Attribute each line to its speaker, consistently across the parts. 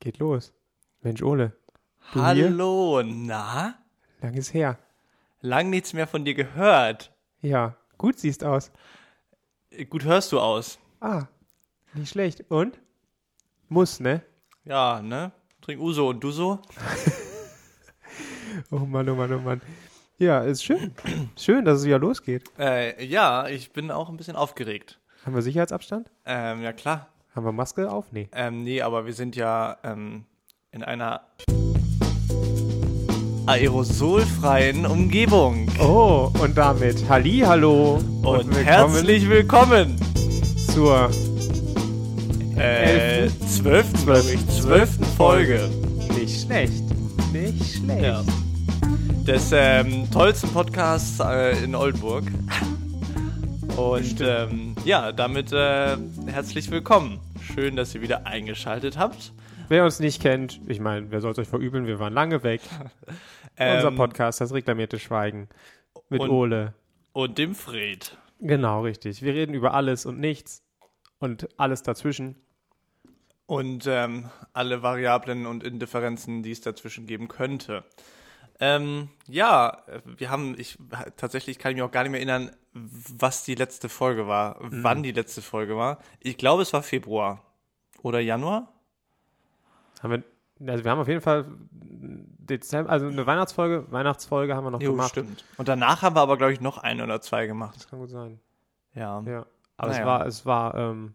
Speaker 1: geht los? Mensch, Ole. Du
Speaker 2: Hallo, na?
Speaker 1: Lang ist her.
Speaker 2: Lang nichts mehr von dir gehört.
Speaker 1: Ja, gut siehst aus.
Speaker 2: Gut hörst du aus.
Speaker 1: Ah, nicht schlecht. Und? Muss, ne?
Speaker 2: Ja, ne? Trink Uso und du so?
Speaker 1: Oh Mann, oh Mann, oh Mann. Ja, ist schön. schön, dass es wieder losgeht.
Speaker 2: Äh, ja, ich bin auch ein bisschen aufgeregt.
Speaker 1: Haben wir Sicherheitsabstand?
Speaker 2: Ähm, ja klar.
Speaker 1: Haben wir Maske auf? Nee.
Speaker 2: Ähm, nee, aber wir sind ja ähm, in einer aerosolfreien Umgebung.
Speaker 1: Oh, und damit Halli, hallo. Und,
Speaker 2: Und, herzlich willkommen
Speaker 1: zur
Speaker 2: äh,
Speaker 1: Elften?
Speaker 2: zwölften, glaub ich, zwölften Folge
Speaker 1: Nicht schlecht. Nicht schlecht.
Speaker 2: ja. des ähm, tollsten Podcasts äh, in Oldenburg. Und ähm, ja, damit äh, herzlich willkommen. Schön, dass ihr wieder eingeschaltet habt.
Speaker 1: Wer uns nicht kennt, ich meine, wer soll es euch verübeln? Wir waren lange weg. Unser
Speaker 2: Ähm,
Speaker 1: Podcast, das reklamierte Schweigen. Mit
Speaker 2: Und-
Speaker 1: Ole.
Speaker 2: Und dem Fred.
Speaker 1: Genau, richtig. Wir reden über alles und nichts und alles dazwischen.
Speaker 2: und ähm, alle Variablen und Indifferenzen, die es dazwischen geben könnte. Ähm, ja, wir haben, ich tatsächlich kann ich mich auch gar nicht mehr erinnern, was die letzte Folge war, wann die letzte Folge war. Ich glaube, es war Februar oder Januar.
Speaker 1: Haben wir, also wir haben auf jeden Fall Dezember, also eine Weihnachtsfolge, Weihnachtsfolge haben wir noch gemacht.
Speaker 2: stimmt. Und danach haben wir aber, glaube ich, noch ein oder zwei gemacht.
Speaker 1: Das kann gut sein.
Speaker 2: Ja.
Speaker 1: Ja. Aber
Speaker 2: Naja.
Speaker 1: es war, es war, ähm,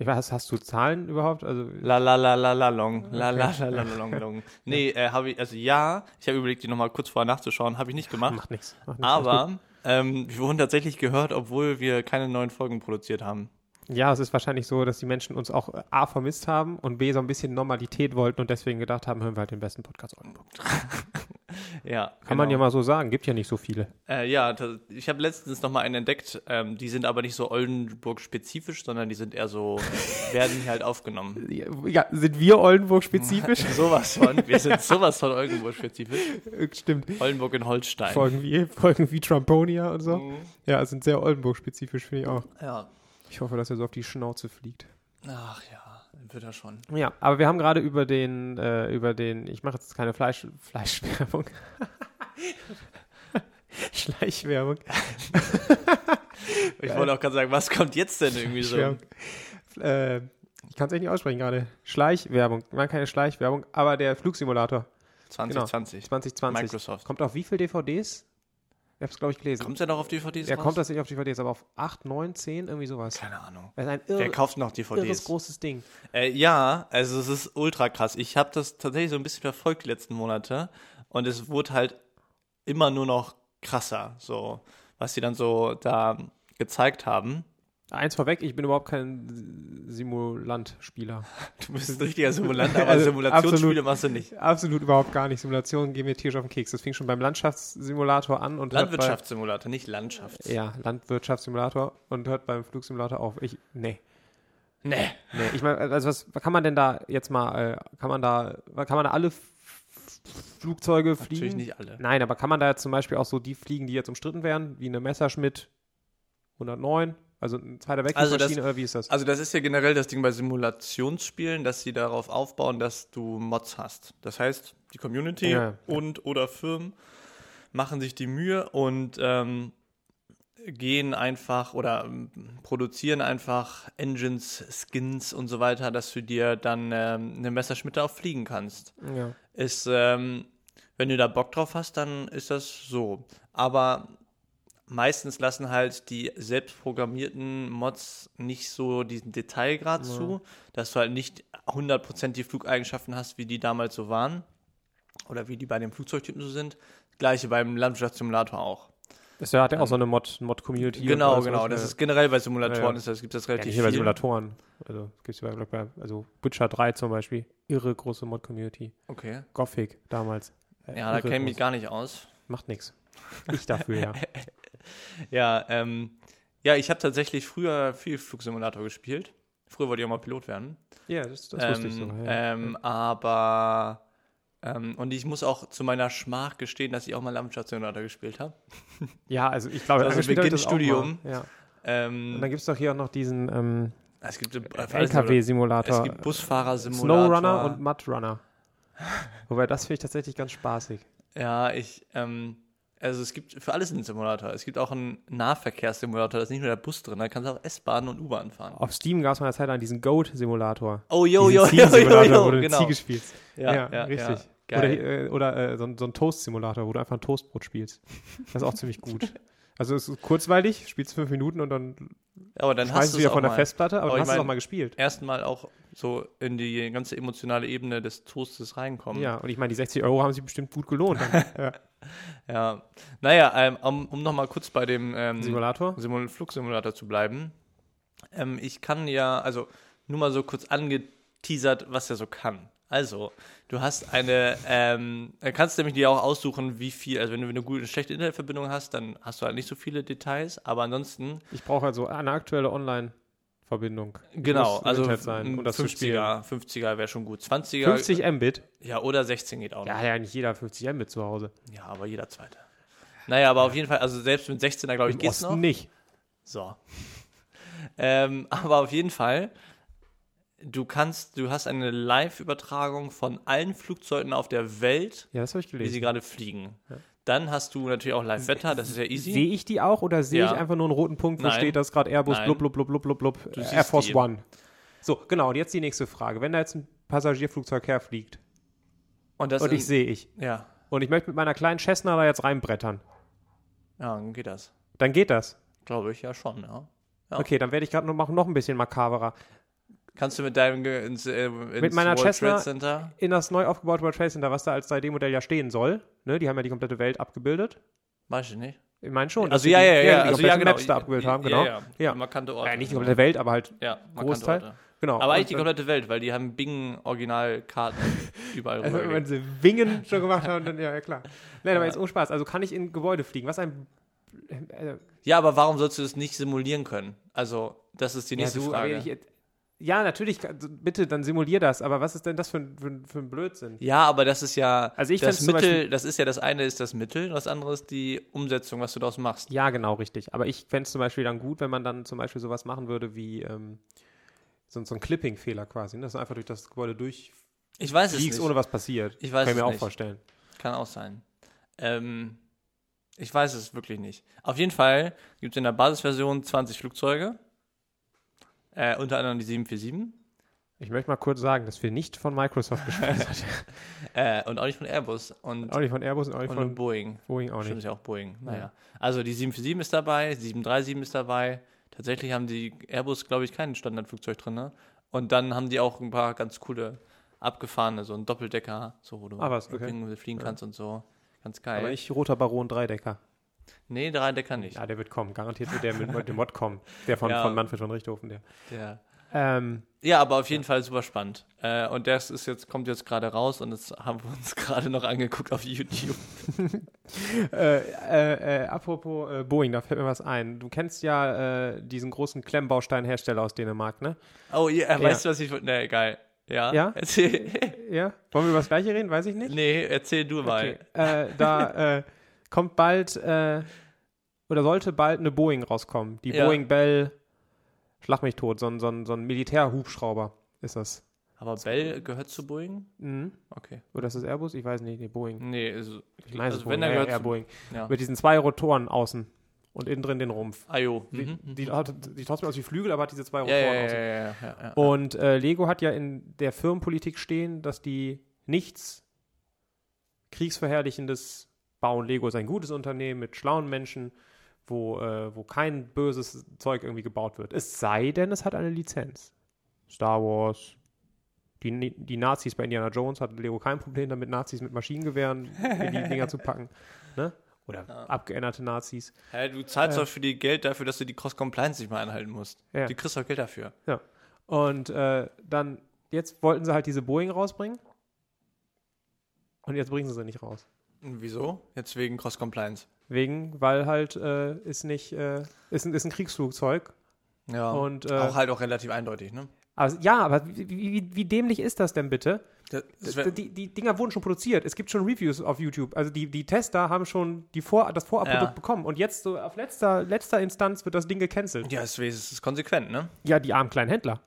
Speaker 1: ich weiß, hast du Zahlen überhaupt? Also
Speaker 2: La la la la la long, la la la la la long long. Nee, äh, habe ich, also ja, ich habe überlegt, die nochmal kurz vorher nachzuschauen, habe ich nicht gemacht.
Speaker 1: macht nichts. macht nichts, alles
Speaker 2: Aber ähm, wir wurden tatsächlich gehört, obwohl wir keine neuen Folgen produziert haben.
Speaker 1: gut. Ja, es ist wahrscheinlich so, dass die Menschen uns auch äh, A vermisst haben und B so ein bisschen Normalität wollten und deswegen gedacht haben, hören wir halt den besten Podcast Oldenburg.
Speaker 2: Ja, genau.
Speaker 1: Kann man ja mal so sagen, gibt ja nicht so viele.
Speaker 2: Äh, ja, ta- ich habe letztens noch mal einen entdeckt. Ähm, die sind aber nicht so Oldenburg-spezifisch, sondern die sind eher so, äh, werden hier halt aufgenommen.
Speaker 1: Ja, sind wir Oldenburg spezifisch?
Speaker 2: Sowas von. Wir sind sowas von Oldenburg-spezifisch.
Speaker 1: Stimmt.
Speaker 2: Oldenburg in Holstein.
Speaker 1: Folgen wie, Folgen wie Tramponia und so. Ja, es sind sehr Oldenburg-spezifisch, finde ich auch.
Speaker 2: Ja.
Speaker 1: Ich hoffe, dass er so auf die Schnauze fliegt.
Speaker 2: Ach ja, wird er schon.
Speaker 1: Ja, aber wir haben gerade über den, äh, über den, ich mache jetzt keine Fleisch, Fleischwerbung. Schleichwerbung.
Speaker 2: Ich wollte auch gerade sagen, was kommt jetzt denn irgendwie so?
Speaker 1: Schwerbung. Äh, ich kann es echt nicht aussprechen gerade. Schleichwerbung. Ich meine keine Schleichwerbung, aber der Flugsimulator
Speaker 2: 2020.
Speaker 1: 2020.
Speaker 2: Microsoft.
Speaker 1: Kommt auf wie viel DVDs? Ich habe es, glaube ich, gelesen.
Speaker 2: Kommt der noch auf DVDs
Speaker 1: er
Speaker 2: raus?
Speaker 1: kommt das nicht auf DVDs, aber auf 8, 9, 10, irgendwie sowas.
Speaker 2: Keine Ahnung.
Speaker 1: Das ist ein
Speaker 2: Wer
Speaker 1: irre,
Speaker 2: kauft noch
Speaker 1: irres
Speaker 2: DVDs?
Speaker 1: großes Ding.
Speaker 2: Äh, ja, also es ist ultra krass. Ich habe das tatsächlich so ein bisschen verfolgt die letzten Monate und es wurde halt immer nur noch krasser, so was sie dann so da gezeigt haben.
Speaker 1: Eins vorweg, ich bin überhaupt kein Simulant-Spieler.
Speaker 2: Du bist ein richtiger Simulant, aber
Speaker 1: Also,
Speaker 2: Simulationsspiele
Speaker 1: absolut.
Speaker 2: machst du nicht.
Speaker 1: Absolut überhaupt gar nicht. Simulationen gehen mir tierisch auf den Keks. Das fing schon beim Landschaftssimulator an und hört
Speaker 2: Landwirtschaftssimulator, nicht Landschafts.
Speaker 1: bei, ja, Landwirtschaftssimulator und hört beim Flugsimulator auf. Ich nee.
Speaker 2: Nee.
Speaker 1: Nee, ich meine, also was kann man denn da jetzt mal äh, kann man da kann man da alle F- F- Flugzeuge fliegen?
Speaker 2: Natürlich nicht alle.
Speaker 1: Nein, aber kann man da jetzt zum Beispiel auch so die fliegen, die jetzt umstritten werden, wie eine Messerschmitt 109, also ein zweiter Wechselmaschine
Speaker 2: das-
Speaker 1: oder wie ist das?
Speaker 2: Also das ist ja generell das Ding bei Simulationsspielen, dass sie darauf aufbauen, dass du Mods hast. Das heißt, die Community
Speaker 1: Ja.
Speaker 2: und oder Firmen machen sich die Mühe und ähm, gehen einfach oder ähm, produzieren einfach Engines, Skins und so weiter, dass du dir dann ähm, eine Messerschmitte auch fliegen kannst
Speaker 1: ja.
Speaker 2: ist, ähm, wenn du da Bock drauf hast, dann ist das so. Aber meistens lassen halt die selbstprogrammierten Mods nicht so diesen Detailgrad zu, dass du halt nicht 100% die Flugeigenschaften hast, wie die damals so waren oder wie die bei den Flugzeugtypen so sind. Gleiche beim Landwirtschaftssimulator auch.
Speaker 1: Das hat ja auch so eine Mod Mod Community.
Speaker 2: Genau, genau. Das ist generell bei Simulatoren,
Speaker 1: Ja, ja.
Speaker 2: Ist das, gibt es das
Speaker 1: Ja,
Speaker 2: relativ
Speaker 1: nicht nur bei
Speaker 2: viel.
Speaker 1: Simulatoren. Also es gibt ja bei, bei also Witcher 3 zum Beispiel. Irre große Mod-Community.
Speaker 2: Okay.
Speaker 1: Gothic damals. Äh,
Speaker 2: Ja, da
Speaker 1: irre
Speaker 2: kenne ich mich
Speaker 1: groß.
Speaker 2: gar nicht aus.
Speaker 1: Macht nichts. Ich dafür, ja.
Speaker 2: Ja, ähm, ja, ich habe tatsächlich früher viel Flugsimulator gespielt. Früher wollte ich auch mal Pilot werden.
Speaker 1: Ja, das, das wusste
Speaker 2: Ähm,
Speaker 1: ich sogar. Ja.
Speaker 2: ähm, aber ähm, und ich muss auch zu meiner Schmach gestehen, dass ich auch mal Landwirtschaftssimulator gespielt habe.
Speaker 1: ja, also ich glaube,
Speaker 2: also
Speaker 1: angespielt habe ich
Speaker 2: Beginn
Speaker 1: das auch mal.
Speaker 2: Studium.
Speaker 1: Ja. Und
Speaker 2: Ähm,
Speaker 1: dann gibt es doch hier auch noch diesen, ähm,
Speaker 2: Es gibt äh, Es
Speaker 1: LKW-Simulator,
Speaker 2: gibt Busfahrer-Simulator.
Speaker 1: äh, Snowrunner und Mudrunner. Wobei, das finde ich tatsächlich ganz spaßig.
Speaker 2: Ja, ich, ähm, also es gibt für alles einen Simulator. Es gibt auch einen Nahverkehrssimulator, da ist nicht nur der Bus drin, da kannst du auch S-Bahn und U-Bahn fahren.
Speaker 1: Auf Steam gab es mal eine Zeit lang diesen Goat-Simulator.
Speaker 2: Oh, yo, yo,
Speaker 1: Oh. Diesen
Speaker 2: yo, yo,
Speaker 1: Ziegen-Simulator, wo
Speaker 2: yo,
Speaker 1: du eine
Speaker 2: genau.
Speaker 1: Ziege spielst.
Speaker 2: Ja,
Speaker 1: Ja,
Speaker 2: ja,
Speaker 1: richtig.
Speaker 2: ja. Geil.
Speaker 1: Oder, äh, oder äh, so, ein- so ein Toast-Simulator, wo du einfach ein Toastbrot spielst. Das ist auch ziemlich gut. Also es ist kurzweilig, spielst fünf Minuten und dann
Speaker 2: Aber dann hast
Speaker 1: schmeißt
Speaker 2: du
Speaker 1: du
Speaker 2: es
Speaker 1: wieder
Speaker 2: auch
Speaker 1: von der
Speaker 2: mal.
Speaker 1: Festplatte, aber,
Speaker 2: Aber
Speaker 1: dann
Speaker 2: ich
Speaker 1: hast du es
Speaker 2: mein-
Speaker 1: auch mal gespielt.
Speaker 2: Erstmal auch so in die ganze emotionale Ebene des Toastes reinkommen.
Speaker 1: Ja, und ich meine, die 60 Euro haben sich bestimmt gut gelohnt. ja.
Speaker 2: ja. Naja, ähm, um, um nochmal kurz bei dem ähm,
Speaker 1: Simulator?
Speaker 2: Simul Flugsimulator zu bleiben. Ähm, ich kann ja, also nur mal so kurz angeteasert, was er so kann. Also, du hast eine, ähm, äh, kannst nämlich dir auch aussuchen, wie viel, also wenn du eine gute und schlechte Internetverbindung hast, dann hast du halt nicht so viele Details, aber ansonsten,
Speaker 1: Ich brauche also eine aktuelle Online-Verbindung. Die
Speaker 2: genau,
Speaker 1: muss im
Speaker 2: also
Speaker 1: Internet sein, um das
Speaker 2: 50er, 50er wäre schon gut, 20er,
Speaker 1: 50 Mbit?
Speaker 2: ja, oder 16 geht auch
Speaker 1: Ja,
Speaker 2: noch.
Speaker 1: hat ja nicht jeder 50 Mbit zu Hause.
Speaker 2: Ja, aber jeder zweite. Naja, aber auf jeden Fall, also selbst mit 16er, glaube ich,
Speaker 1: Im
Speaker 2: geht's
Speaker 1: Osten
Speaker 2: noch.
Speaker 1: nicht.
Speaker 2: So. ähm, aber auf jeden Fall, du kannst, du hast eine Live-Übertragung von allen Flugzeugen auf der Welt,
Speaker 1: Ja, das habe ich
Speaker 2: wie sie
Speaker 1: gelesen.
Speaker 2: gerade fliegen. Dann hast du natürlich auch Live-Wetter, das ist ja easy.
Speaker 1: Sehe ich die auch oder sehe
Speaker 2: Ja.
Speaker 1: ich einfach nur einen roten Punkt, wo
Speaker 2: Nein.
Speaker 1: steht das gerade Airbus,
Speaker 2: Nein.
Speaker 1: blub, blub, blub, blub, blub, blub, äh,
Speaker 2: siehst
Speaker 1: Air Force
Speaker 2: die.
Speaker 1: One. So, genau, und jetzt die nächste Frage. Wenn da jetzt ein Passagierflugzeug herfliegt
Speaker 2: Und, das
Speaker 1: und ich
Speaker 2: in-
Speaker 1: sehe ich
Speaker 2: Ja,
Speaker 1: und ich möchte mit meiner kleinen Cessna da jetzt reinbrettern,
Speaker 2: ja, dann geht das.
Speaker 1: dann geht das.
Speaker 2: Glaube ich ja schon, ja. Ja.
Speaker 1: Okay, dann werde ich gerade noch, machen- noch ein bisschen makaberer.
Speaker 2: Kannst du mit deinem Ge- ins, äh, ins
Speaker 1: meiner
Speaker 2: World
Speaker 1: Cessna-
Speaker 2: Trade Center?
Speaker 1: In das neu aufgebaute World Trade Center, was da als 3D-Modell ja stehen soll, ne, die haben ja die komplette Welt abgebildet.
Speaker 2: Weiß ich nicht.
Speaker 1: Ich meine schon. dass
Speaker 2: Also
Speaker 1: sie
Speaker 2: ja,
Speaker 1: die-
Speaker 2: ja, ja,
Speaker 1: die
Speaker 2: also
Speaker 1: komplette
Speaker 2: ja, genau.
Speaker 1: Maps da abgebildet haben,
Speaker 2: Ja,
Speaker 1: genau.
Speaker 2: Ja,
Speaker 1: Ja.
Speaker 2: markante Orte.
Speaker 1: Äh, nicht die komplette Welt, aber halt
Speaker 2: ja, markante
Speaker 1: Großteil.
Speaker 2: Orte.
Speaker 1: Genau.
Speaker 2: Aber
Speaker 1: Und,
Speaker 2: eigentlich die
Speaker 1: äh,
Speaker 2: komplette Welt, weil die haben Bing-Originalkarten überall
Speaker 1: Also,
Speaker 2: rübergelegt.
Speaker 1: wenn sie Wingen schon gemacht haben, dann ja, ja klar. Nein, aber jetzt ohne Spaß. Also kann ich in Gebäude fliegen. Was ein. Äh,
Speaker 2: Ja, aber warum sollst du das nicht simulieren können? Also, das ist die
Speaker 1: ja,
Speaker 2: nächste
Speaker 1: du, aber
Speaker 2: Frage.
Speaker 1: ich, ja, natürlich. kann- Bitte, dann simulier das. Aber was ist denn das für ein, für ein, für ein Blödsinn?
Speaker 2: ja, aber das ist ja
Speaker 1: Also ich
Speaker 2: das
Speaker 1: find's zum
Speaker 2: Mittel,
Speaker 1: Beispiel-
Speaker 2: das ist ja das eine ist das Mittel, und das andere ist die Umsetzung, was du daraus machst.
Speaker 1: Ja, genau, richtig. Aber ich fände es zum Beispiel dann gut, wenn man dann zum Beispiel sowas machen würde wie ähm, so, so ein Clipping-Fehler quasi. Ne? Dass du einfach durch das Gebäude durchfliegst,
Speaker 2: Ich weiß es nicht.
Speaker 1: ohne was passiert.
Speaker 2: Ich weiß
Speaker 1: Kann ich mir
Speaker 2: es
Speaker 1: auch
Speaker 2: nicht.
Speaker 1: vorstellen.
Speaker 2: Kann auch sein. Ähm, ich weiß es wirklich nicht. Auf jeden Fall gibt es in der Basisversion 20 Flugzeuge. Äh, unter anderem die 747.
Speaker 1: Ich möchte mal kurz sagen, dass wir nicht von Microsoft gesprochen haben.
Speaker 2: Äh, und auch nicht von Airbus. Und,
Speaker 1: Auch nicht von Airbus und auch nicht
Speaker 2: und
Speaker 1: von
Speaker 2: Boeing.
Speaker 1: Boeing auch
Speaker 2: Stimmt,
Speaker 1: nicht.
Speaker 2: ist ja auch Boeing. Naja. Also die 747 ist dabei, 737 ist dabei. Tatsächlich haben die Airbus, glaube ich, kein Standardflugzeug drin. Ne? Und dann haben die auch ein paar ganz coole abgefahrene, so ein Doppeldecker, so wo du
Speaker 1: Ah, was, okay.
Speaker 2: fliegen- fliegen kannst und so. Ganz geil.
Speaker 1: Aber nicht roter Baron Dreidecker.
Speaker 2: nee, Dreidecker nicht.
Speaker 1: Ja, der wird kommen. Garantiert wird der mit dem Mod kommen. Der von,
Speaker 2: Ja.
Speaker 1: von Manfred von Richthofen, der.
Speaker 2: Der,
Speaker 1: Ähm,
Speaker 2: ja, aber auf jeden Fall super spannend. Äh, und das ist jetzt, kommt jetzt gerade raus und das haben wir uns gerade noch angeguckt auf YouTube.
Speaker 1: äh, äh, äh, apropos äh, Boeing, da fällt mir was ein. Du kennst ja äh, diesen großen Klemmbausteinhersteller aus Dänemark, ne?
Speaker 2: Oh yeah,
Speaker 1: Ja.
Speaker 2: weißt du, was ich. Nee, egal. Ja?
Speaker 1: Ja?
Speaker 2: Erzähl,
Speaker 1: Ja? Wollen wir über das Gleiche reden? Weiß ich nicht.
Speaker 2: nee, erzähl du mal.
Speaker 1: Okay. Äh, da äh, kommt bald, äh, oder sollte bald eine Boeing rauskommen. Die
Speaker 2: Ja.
Speaker 1: Boeing Bell, schlag mich tot, so ein, so ein, so ein Militärhubschrauber ist das.
Speaker 2: Aber Bell gehört zu Boeing?
Speaker 1: Mhm.
Speaker 2: Okay.
Speaker 1: Oder ist das Airbus? Ich weiß nicht. Nee, Boeing.
Speaker 2: Nee, also,
Speaker 1: Ich meine,
Speaker 2: also
Speaker 1: also
Speaker 2: wenn
Speaker 1: Boeing.
Speaker 2: er
Speaker 1: Ja,
Speaker 2: gehört
Speaker 1: ja,
Speaker 2: zu-
Speaker 1: Boeing.
Speaker 2: ja.
Speaker 1: Mit diesen zwei Rotoren außen und innen drin den Rumpf.
Speaker 2: Ah, jo.
Speaker 1: Die,
Speaker 2: Mhm.
Speaker 1: die hat, sieht trotzdem aus wie Flügel, aber hat diese zwei
Speaker 2: Ja,
Speaker 1: Rotoren
Speaker 2: ja, ja,
Speaker 1: außen.
Speaker 2: ja, ja, ja.
Speaker 1: Und äh, Lego hat ja in der Firmenpolitik stehen, dass die nichts kriegsverherrlichendes bauen. Lego ist ein gutes Unternehmen mit schlauen Menschen, wo, äh, wo kein böses Zeug irgendwie gebaut wird. Es sei denn, es hat eine Lizenz. Star Wars. Die, Ni- die Nazis bei Indiana Jones hatten Lego kein Problem damit, Nazis mit Maschinengewehren in die Dinger zu packen. Ne? Oder abgeänderte Nazis.
Speaker 2: Hä, du zahlst doch für die Geld dafür, dass du die Cross-Compliance nicht mehr einhalten musst.
Speaker 1: Ja.
Speaker 2: Du kriegst doch Geld dafür.
Speaker 1: Ja. Und äh, dann, jetzt wollten sie halt diese Boeing rausbringen. Und jetzt bringen sie sie nicht raus.
Speaker 2: Und Hm, wieso? Jetzt wegen Cross-Compliance.
Speaker 1: Wegen, weil halt äh, ist nicht, äh, ist, ein, ist ein Kriegsflugzeug.
Speaker 2: Ja.
Speaker 1: Und, äh,
Speaker 2: auch halt auch relativ eindeutig, ne?
Speaker 1: Aber es- ja, aber wie, wie, wie dämlich ist das denn bitte?
Speaker 2: Das, das wär,
Speaker 1: D- Die, die Dinger wurden schon produziert. Es gibt schon Reviews auf YouTube. Also die, die Tester haben schon die Vor das Vorabprodukt
Speaker 2: Ja.
Speaker 1: bekommen. Und jetzt so auf letzter, letzter Instanz wird das Ding gecancelt.
Speaker 2: ja, es ist, ist konsequent, ne?
Speaker 1: Ja, die armen kleinen Händler.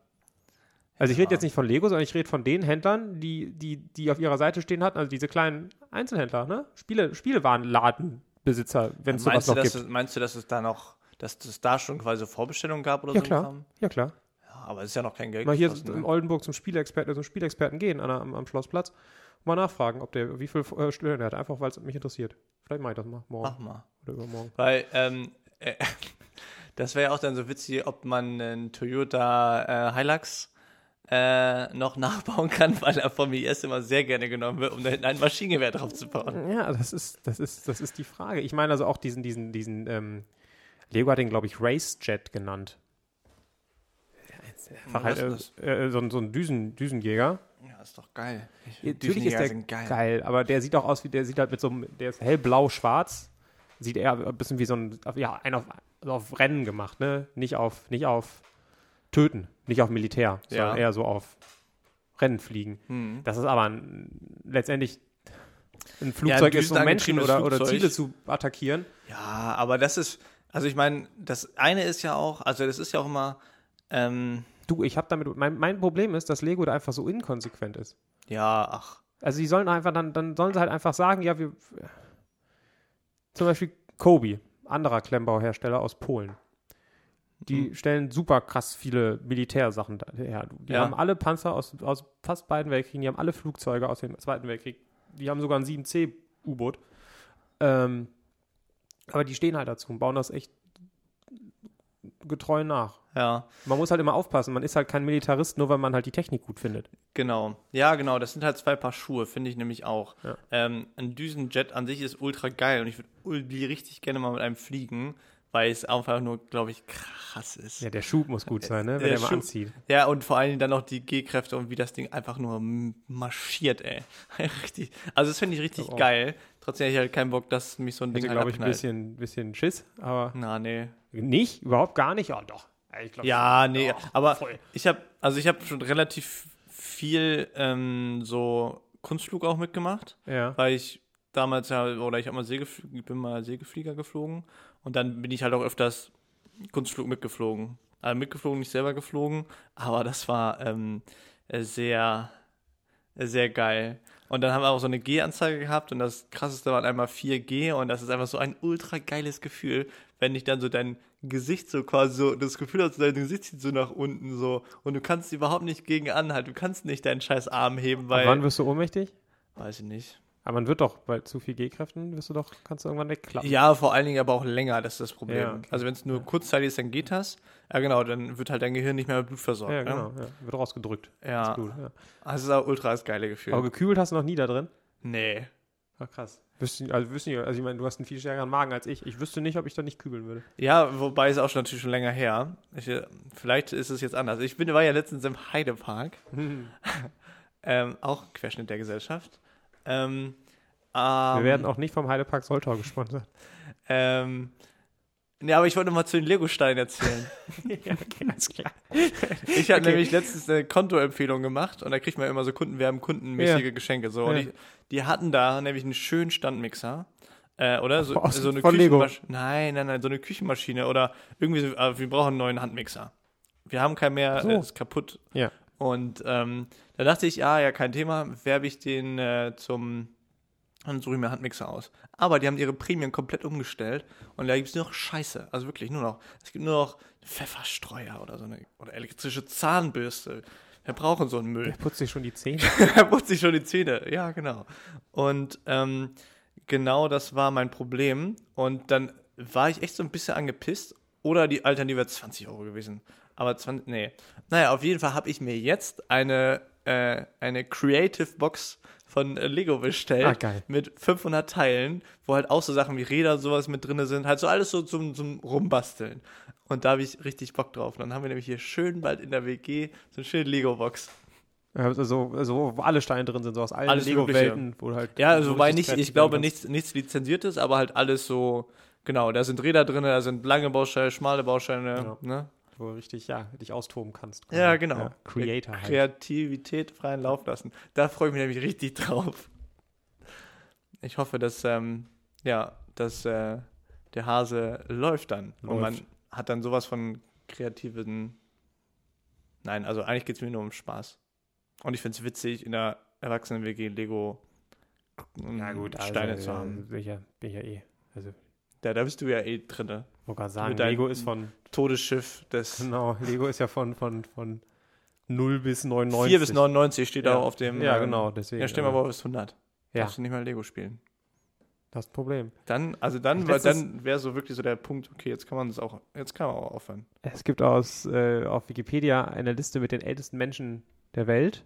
Speaker 1: Also ich rede
Speaker 2: Ja.
Speaker 1: jetzt nicht von Lego, sondern ich rede von den Händlern, die, die, die auf ihrer Seite stehen hatten, also diese kleinen Einzelhändler, ne? Spiele, Spielewarenladenbesitzer, wenn es sowas
Speaker 2: Meinst du,
Speaker 1: noch
Speaker 2: dass
Speaker 1: gibt.
Speaker 2: es, meinst du, dass es da noch, dass es da schon quasi Vorbestellungen gab oder
Speaker 1: Ja
Speaker 2: so?
Speaker 1: klar,
Speaker 2: Kram?
Speaker 1: ja klar.
Speaker 2: Ja, aber es ist ja noch kein Geld
Speaker 1: Mal hier
Speaker 2: geflossen,
Speaker 1: in
Speaker 2: ne?
Speaker 1: Oldenburg zum Spielexperten, zum Spielexperten gehen an, der- am, am Schlossplatz und mal nachfragen, ob der, wie viel äh, Stellen er hat, einfach weil es mich interessiert. Vielleicht mache ich das mal morgen
Speaker 2: Mach mal.
Speaker 1: oder übermorgen.
Speaker 2: Weil, ähm, äh, das wäre ja auch dann so witzig, ob man einen Toyota äh, Hilux äh, noch nachbauen kann, weil er vom IS immer sehr gerne genommen wird, um da hinten ein Maschinengewehr drauf zu bauen.
Speaker 1: Ja, das ist, das ist, das ist die Frage. Ich meine also auch diesen, diesen, diesen, ähm, Lego hat den, glaube ich, Racejet genannt. Einfach halt,
Speaker 2: Was
Speaker 1: äh,
Speaker 2: ist
Speaker 1: äh, so, ein- so ein Düsen, Düsenjäger.
Speaker 2: Ja, ist doch geil.
Speaker 1: Natürlich ist
Speaker 2: Düsenjäger
Speaker 1: der
Speaker 2: sind
Speaker 1: geil.
Speaker 2: geil.
Speaker 1: aber der sieht auch aus wie, der sieht halt mit so einem, der ist hellblau-schwarz. Sieht eher ein bisschen wie so ein, auf- ja, ein auf, also auf Rennen gemacht, ne? Nicht auf, nicht auf Töten, nicht auf Militär,
Speaker 2: Ja.
Speaker 1: sondern eher so auf Rennen fliegen.
Speaker 2: Hm.
Speaker 1: Das ist aber ein, letztendlich ein Flugzeug ist, um Menschen
Speaker 2: düsenangetriebenes
Speaker 1: oder, oder
Speaker 2: Flugzeug.
Speaker 1: Ziele zu attackieren.
Speaker 2: Ja, aber das ist, also ich meine, das eine ist ja auch, also das ist ja auch immer, ähm,
Speaker 1: Du, ich habe damit, mein, mein Problem ist, dass Lego da einfach so inkonsequent ist.
Speaker 2: ja, ach,
Speaker 1: Also die sollen einfach dann, dann sollen sie halt einfach sagen, ja, wir. Zum Beispiel Kobi, anderer Klemmbauhersteller aus Polen. Die stellen super krass viele Militärsachen da- her. Die
Speaker 2: Ja.
Speaker 1: haben alle Panzer aus, aus fast beiden Weltkriegen, die haben alle Flugzeuge aus dem Zweiten Weltkrieg, die haben sogar ein 7C-U-Boot. Ähm, aber die stehen halt dazu und bauen das echt getreu nach.
Speaker 2: ja.
Speaker 1: Man muss halt immer aufpassen, man ist halt kein Militarist, nur weil man halt die Technik gut findet.
Speaker 2: Genau. Ja, genau. Das sind halt zwei Paar Schuhe, finde ich nämlich auch.
Speaker 1: Ja.
Speaker 2: Ähm, ein Düsenjet an sich ist ultra geil und ich würde irgendwie richtig gerne mal mit einem fliegen, weil es einfach nur, glaube ich, krass ist. Ja.
Speaker 1: Ja, der Schub muss gut sein, ne? Wenn
Speaker 2: der
Speaker 1: der, mal
Speaker 2: Schub-
Speaker 1: anzieht.
Speaker 2: und vor allen Dingen dann noch die G-Kräfte und wie das Ding einfach nur m- marschiert, ey. richtig. Also, das finde ich richtig
Speaker 1: Ich glaub auch.
Speaker 2: geil. Trotzdem hätte ich halt keinen Bock, dass mich so ein
Speaker 1: Hätte,
Speaker 2: Ding
Speaker 1: glaube ich, ein
Speaker 2: abknallt.
Speaker 1: bisschen, bisschen Schiss, aber
Speaker 2: Na, nee.
Speaker 1: nicht, überhaupt gar nicht. Ja, doch. Ja, Ich glaub,
Speaker 2: Ja, nee,
Speaker 1: Ja,
Speaker 2: aber
Speaker 1: voll.
Speaker 2: ich habe also ich habe schon relativ viel ähm, so Kunstflug auch mitgemacht.
Speaker 1: Ja.
Speaker 2: weil ich damals ja, oder ich hab mal Segelf bin mal Segelflieger geflogen und dann bin ich halt auch öfters Kunstflug mitgeflogen. Also mitgeflogen, nicht selber geflogen, aber das war ähm, äh, sehr, äh, sehr geil. Und dann haben wir auch so eine G-Anzeige gehabt und das krasseste waren einmal 4G und das ist einfach so ein ultra geiles Gefühl, wenn dich dann so dein Gesicht so quasi so, das Gefühl hast, dein Gesicht zieht so nach unten so und du kannst überhaupt nicht gegen anhalten, du kannst nicht deinen scheiß Arm heben,
Speaker 1: Ab wann
Speaker 2: weil,
Speaker 1: wirst du ohnmächtig?
Speaker 2: weiß ich nicht,
Speaker 1: Aber man wird doch bei zu viel G-Kräften, wirst du doch, kannst du irgendwann wegklappen.
Speaker 2: Ja, vor allen Dingen aber auch länger, das ist das Problem.
Speaker 1: Ja, okay.
Speaker 2: Also wenn es nur kurzzeitig ist, dann geht das. Ja genau, dann wird halt dein Gehirn nicht mehr mit Blut versorgt.
Speaker 1: Ja,
Speaker 2: ne?
Speaker 1: genau. Ja. Wird rausgedrückt.
Speaker 2: Ja,
Speaker 1: Ist gut, ja.
Speaker 2: das ist auch ultra das geile Gefühl.
Speaker 1: Aber gekühlt hast du noch nie da drin?
Speaker 2: Nee. Ah,
Speaker 1: Ach, krass. Wüsste, also, wüsste nicht, also ich meine, du hast einen viel stärkeren Magen als ich. Ich wüsste nicht, ob ich da nicht kübeln würde.
Speaker 2: Ja, wobei ist auch schon natürlich schon länger her. Ich, äh, vielleicht ist es jetzt anders. Ich bin, war ja letztens im Heidepark, ähm, auch ein Querschnitt der Gesellschaft. Ähm,
Speaker 1: Wir werden auch nicht vom Heidepark Soltau gesponsert.
Speaker 2: Ähm, nee, aber ich wollte noch mal zu den Lego-Steinen erzählen.
Speaker 1: ja, okay, alles klar.
Speaker 2: Ich habe
Speaker 1: Okay.
Speaker 2: nämlich letztens eine Kontoempfehlung gemacht und da kriegt man immer so Kunden, wir haben kundenmäßige
Speaker 1: Ja.
Speaker 2: Geschenke. So. Und
Speaker 1: Ja.
Speaker 2: ich, die hatten da nämlich einen schönen Standmixer. Äh, oder so,
Speaker 1: Aus-
Speaker 2: so eine
Speaker 1: von Lego.
Speaker 2: Küchenmaschine. Nein, nein, nein, so eine Küchenmaschine oder irgendwie so, äh, wir brauchen einen neuen Handmixer. Wir haben keinen mehr,
Speaker 1: So.
Speaker 2: äh, ist kaputt.
Speaker 1: Ja.
Speaker 2: Und ähm, da dachte ich, ah ja, kein Thema, werbe ich den äh, zum, dann suche ich mir einen Handmixer aus. Aber die haben ihre Prämien komplett umgestellt und da gibt es nur noch Scheiße. Also wirklich, nur noch. Es gibt nur noch Pfefferstreuer oder so eine oder elektrische Zahnbürste. Wir brauchen so einen Müll.
Speaker 1: Der putzt sich schon die Zähne.
Speaker 2: er putzt sich schon die Zähne. Ja, genau. Und ähm, genau das war mein Problem. Und dann war ich echt so ein bisschen angepisst. Oder die Alternative wäre 20 Euro gewesen. Aber 20, nee. Naja, auf jeden Fall habe ich mir jetzt eine, äh, eine Creative Box von äh, Lego bestellt.
Speaker 1: Ah, geil.
Speaker 2: Mit 500 Teilen, wo halt auch so Sachen wie Räder und sowas mit drin sind. Halt so alles so zum, zum Rumbasteln. Und da habe ich richtig Bock drauf. Und dann haben wir nämlich hier schön bald in der WG so eine schöne Lego-Box.
Speaker 1: Also, also, wo alle Steine drin sind, so aus allen
Speaker 2: Alles
Speaker 1: Lego-Welten, wo du halt.
Speaker 2: Ja,
Speaker 1: so
Speaker 2: also wobei
Speaker 1: richtig
Speaker 2: nicht, ich
Speaker 1: kreativ
Speaker 2: glaube
Speaker 1: werden
Speaker 2: nichts, nichts lizenziertes, aber halt alles so, genau, da sind Räder drin, da sind lange Bausteine, schmale Bausteine,
Speaker 1: Ja.
Speaker 2: ne?
Speaker 1: wo du richtig, ja, dich austoben kannst.
Speaker 2: Ja, genau.
Speaker 1: Creator halt.
Speaker 2: Kreativität freien Lauf lassen. Da freue ich mich nämlich richtig drauf. Ich hoffe, dass, ähm, ja, dass äh, der Hase läuft dann. Und
Speaker 1: Läuft.
Speaker 2: man hat dann sowas von kreativen. Nein, also eigentlich geht es mir nur um Spaß. Und ich finde es witzig, in der Erwachsenen-WG Lego ähm, Steine
Speaker 1: also,
Speaker 2: zu haben.
Speaker 1: Bin ich, ja, bin ich ja eh. Also,
Speaker 2: Da, da bist du ja eh drinne.
Speaker 1: wollte gerade sagen,
Speaker 2: Mit deinem-
Speaker 1: Lego ist von,
Speaker 2: Todesschiff des
Speaker 1: genau, Lego ist ja von, von, von 0 bis 99.
Speaker 2: 4 bis 99 steht
Speaker 1: Genau. Ja.
Speaker 2: auch auf dem.
Speaker 1: Ja,
Speaker 2: ähm,
Speaker 1: genau, deswegen.
Speaker 2: Ja, stell mal
Speaker 1: also,
Speaker 2: vor, bis 100.
Speaker 1: Ja.
Speaker 2: Darfst du nicht mal Lego spielen.
Speaker 1: Das ist ein Problem.
Speaker 2: Dann, also dann,
Speaker 1: Ach,
Speaker 2: weil
Speaker 1: das ist-
Speaker 2: dann wäre so wirklich so der Punkt, okay, jetzt kann man das auch, jetzt kann man auch aufhören.
Speaker 1: Es gibt aus, äh, auf Wikipedia eine Liste mit den ältesten Menschen der Welt.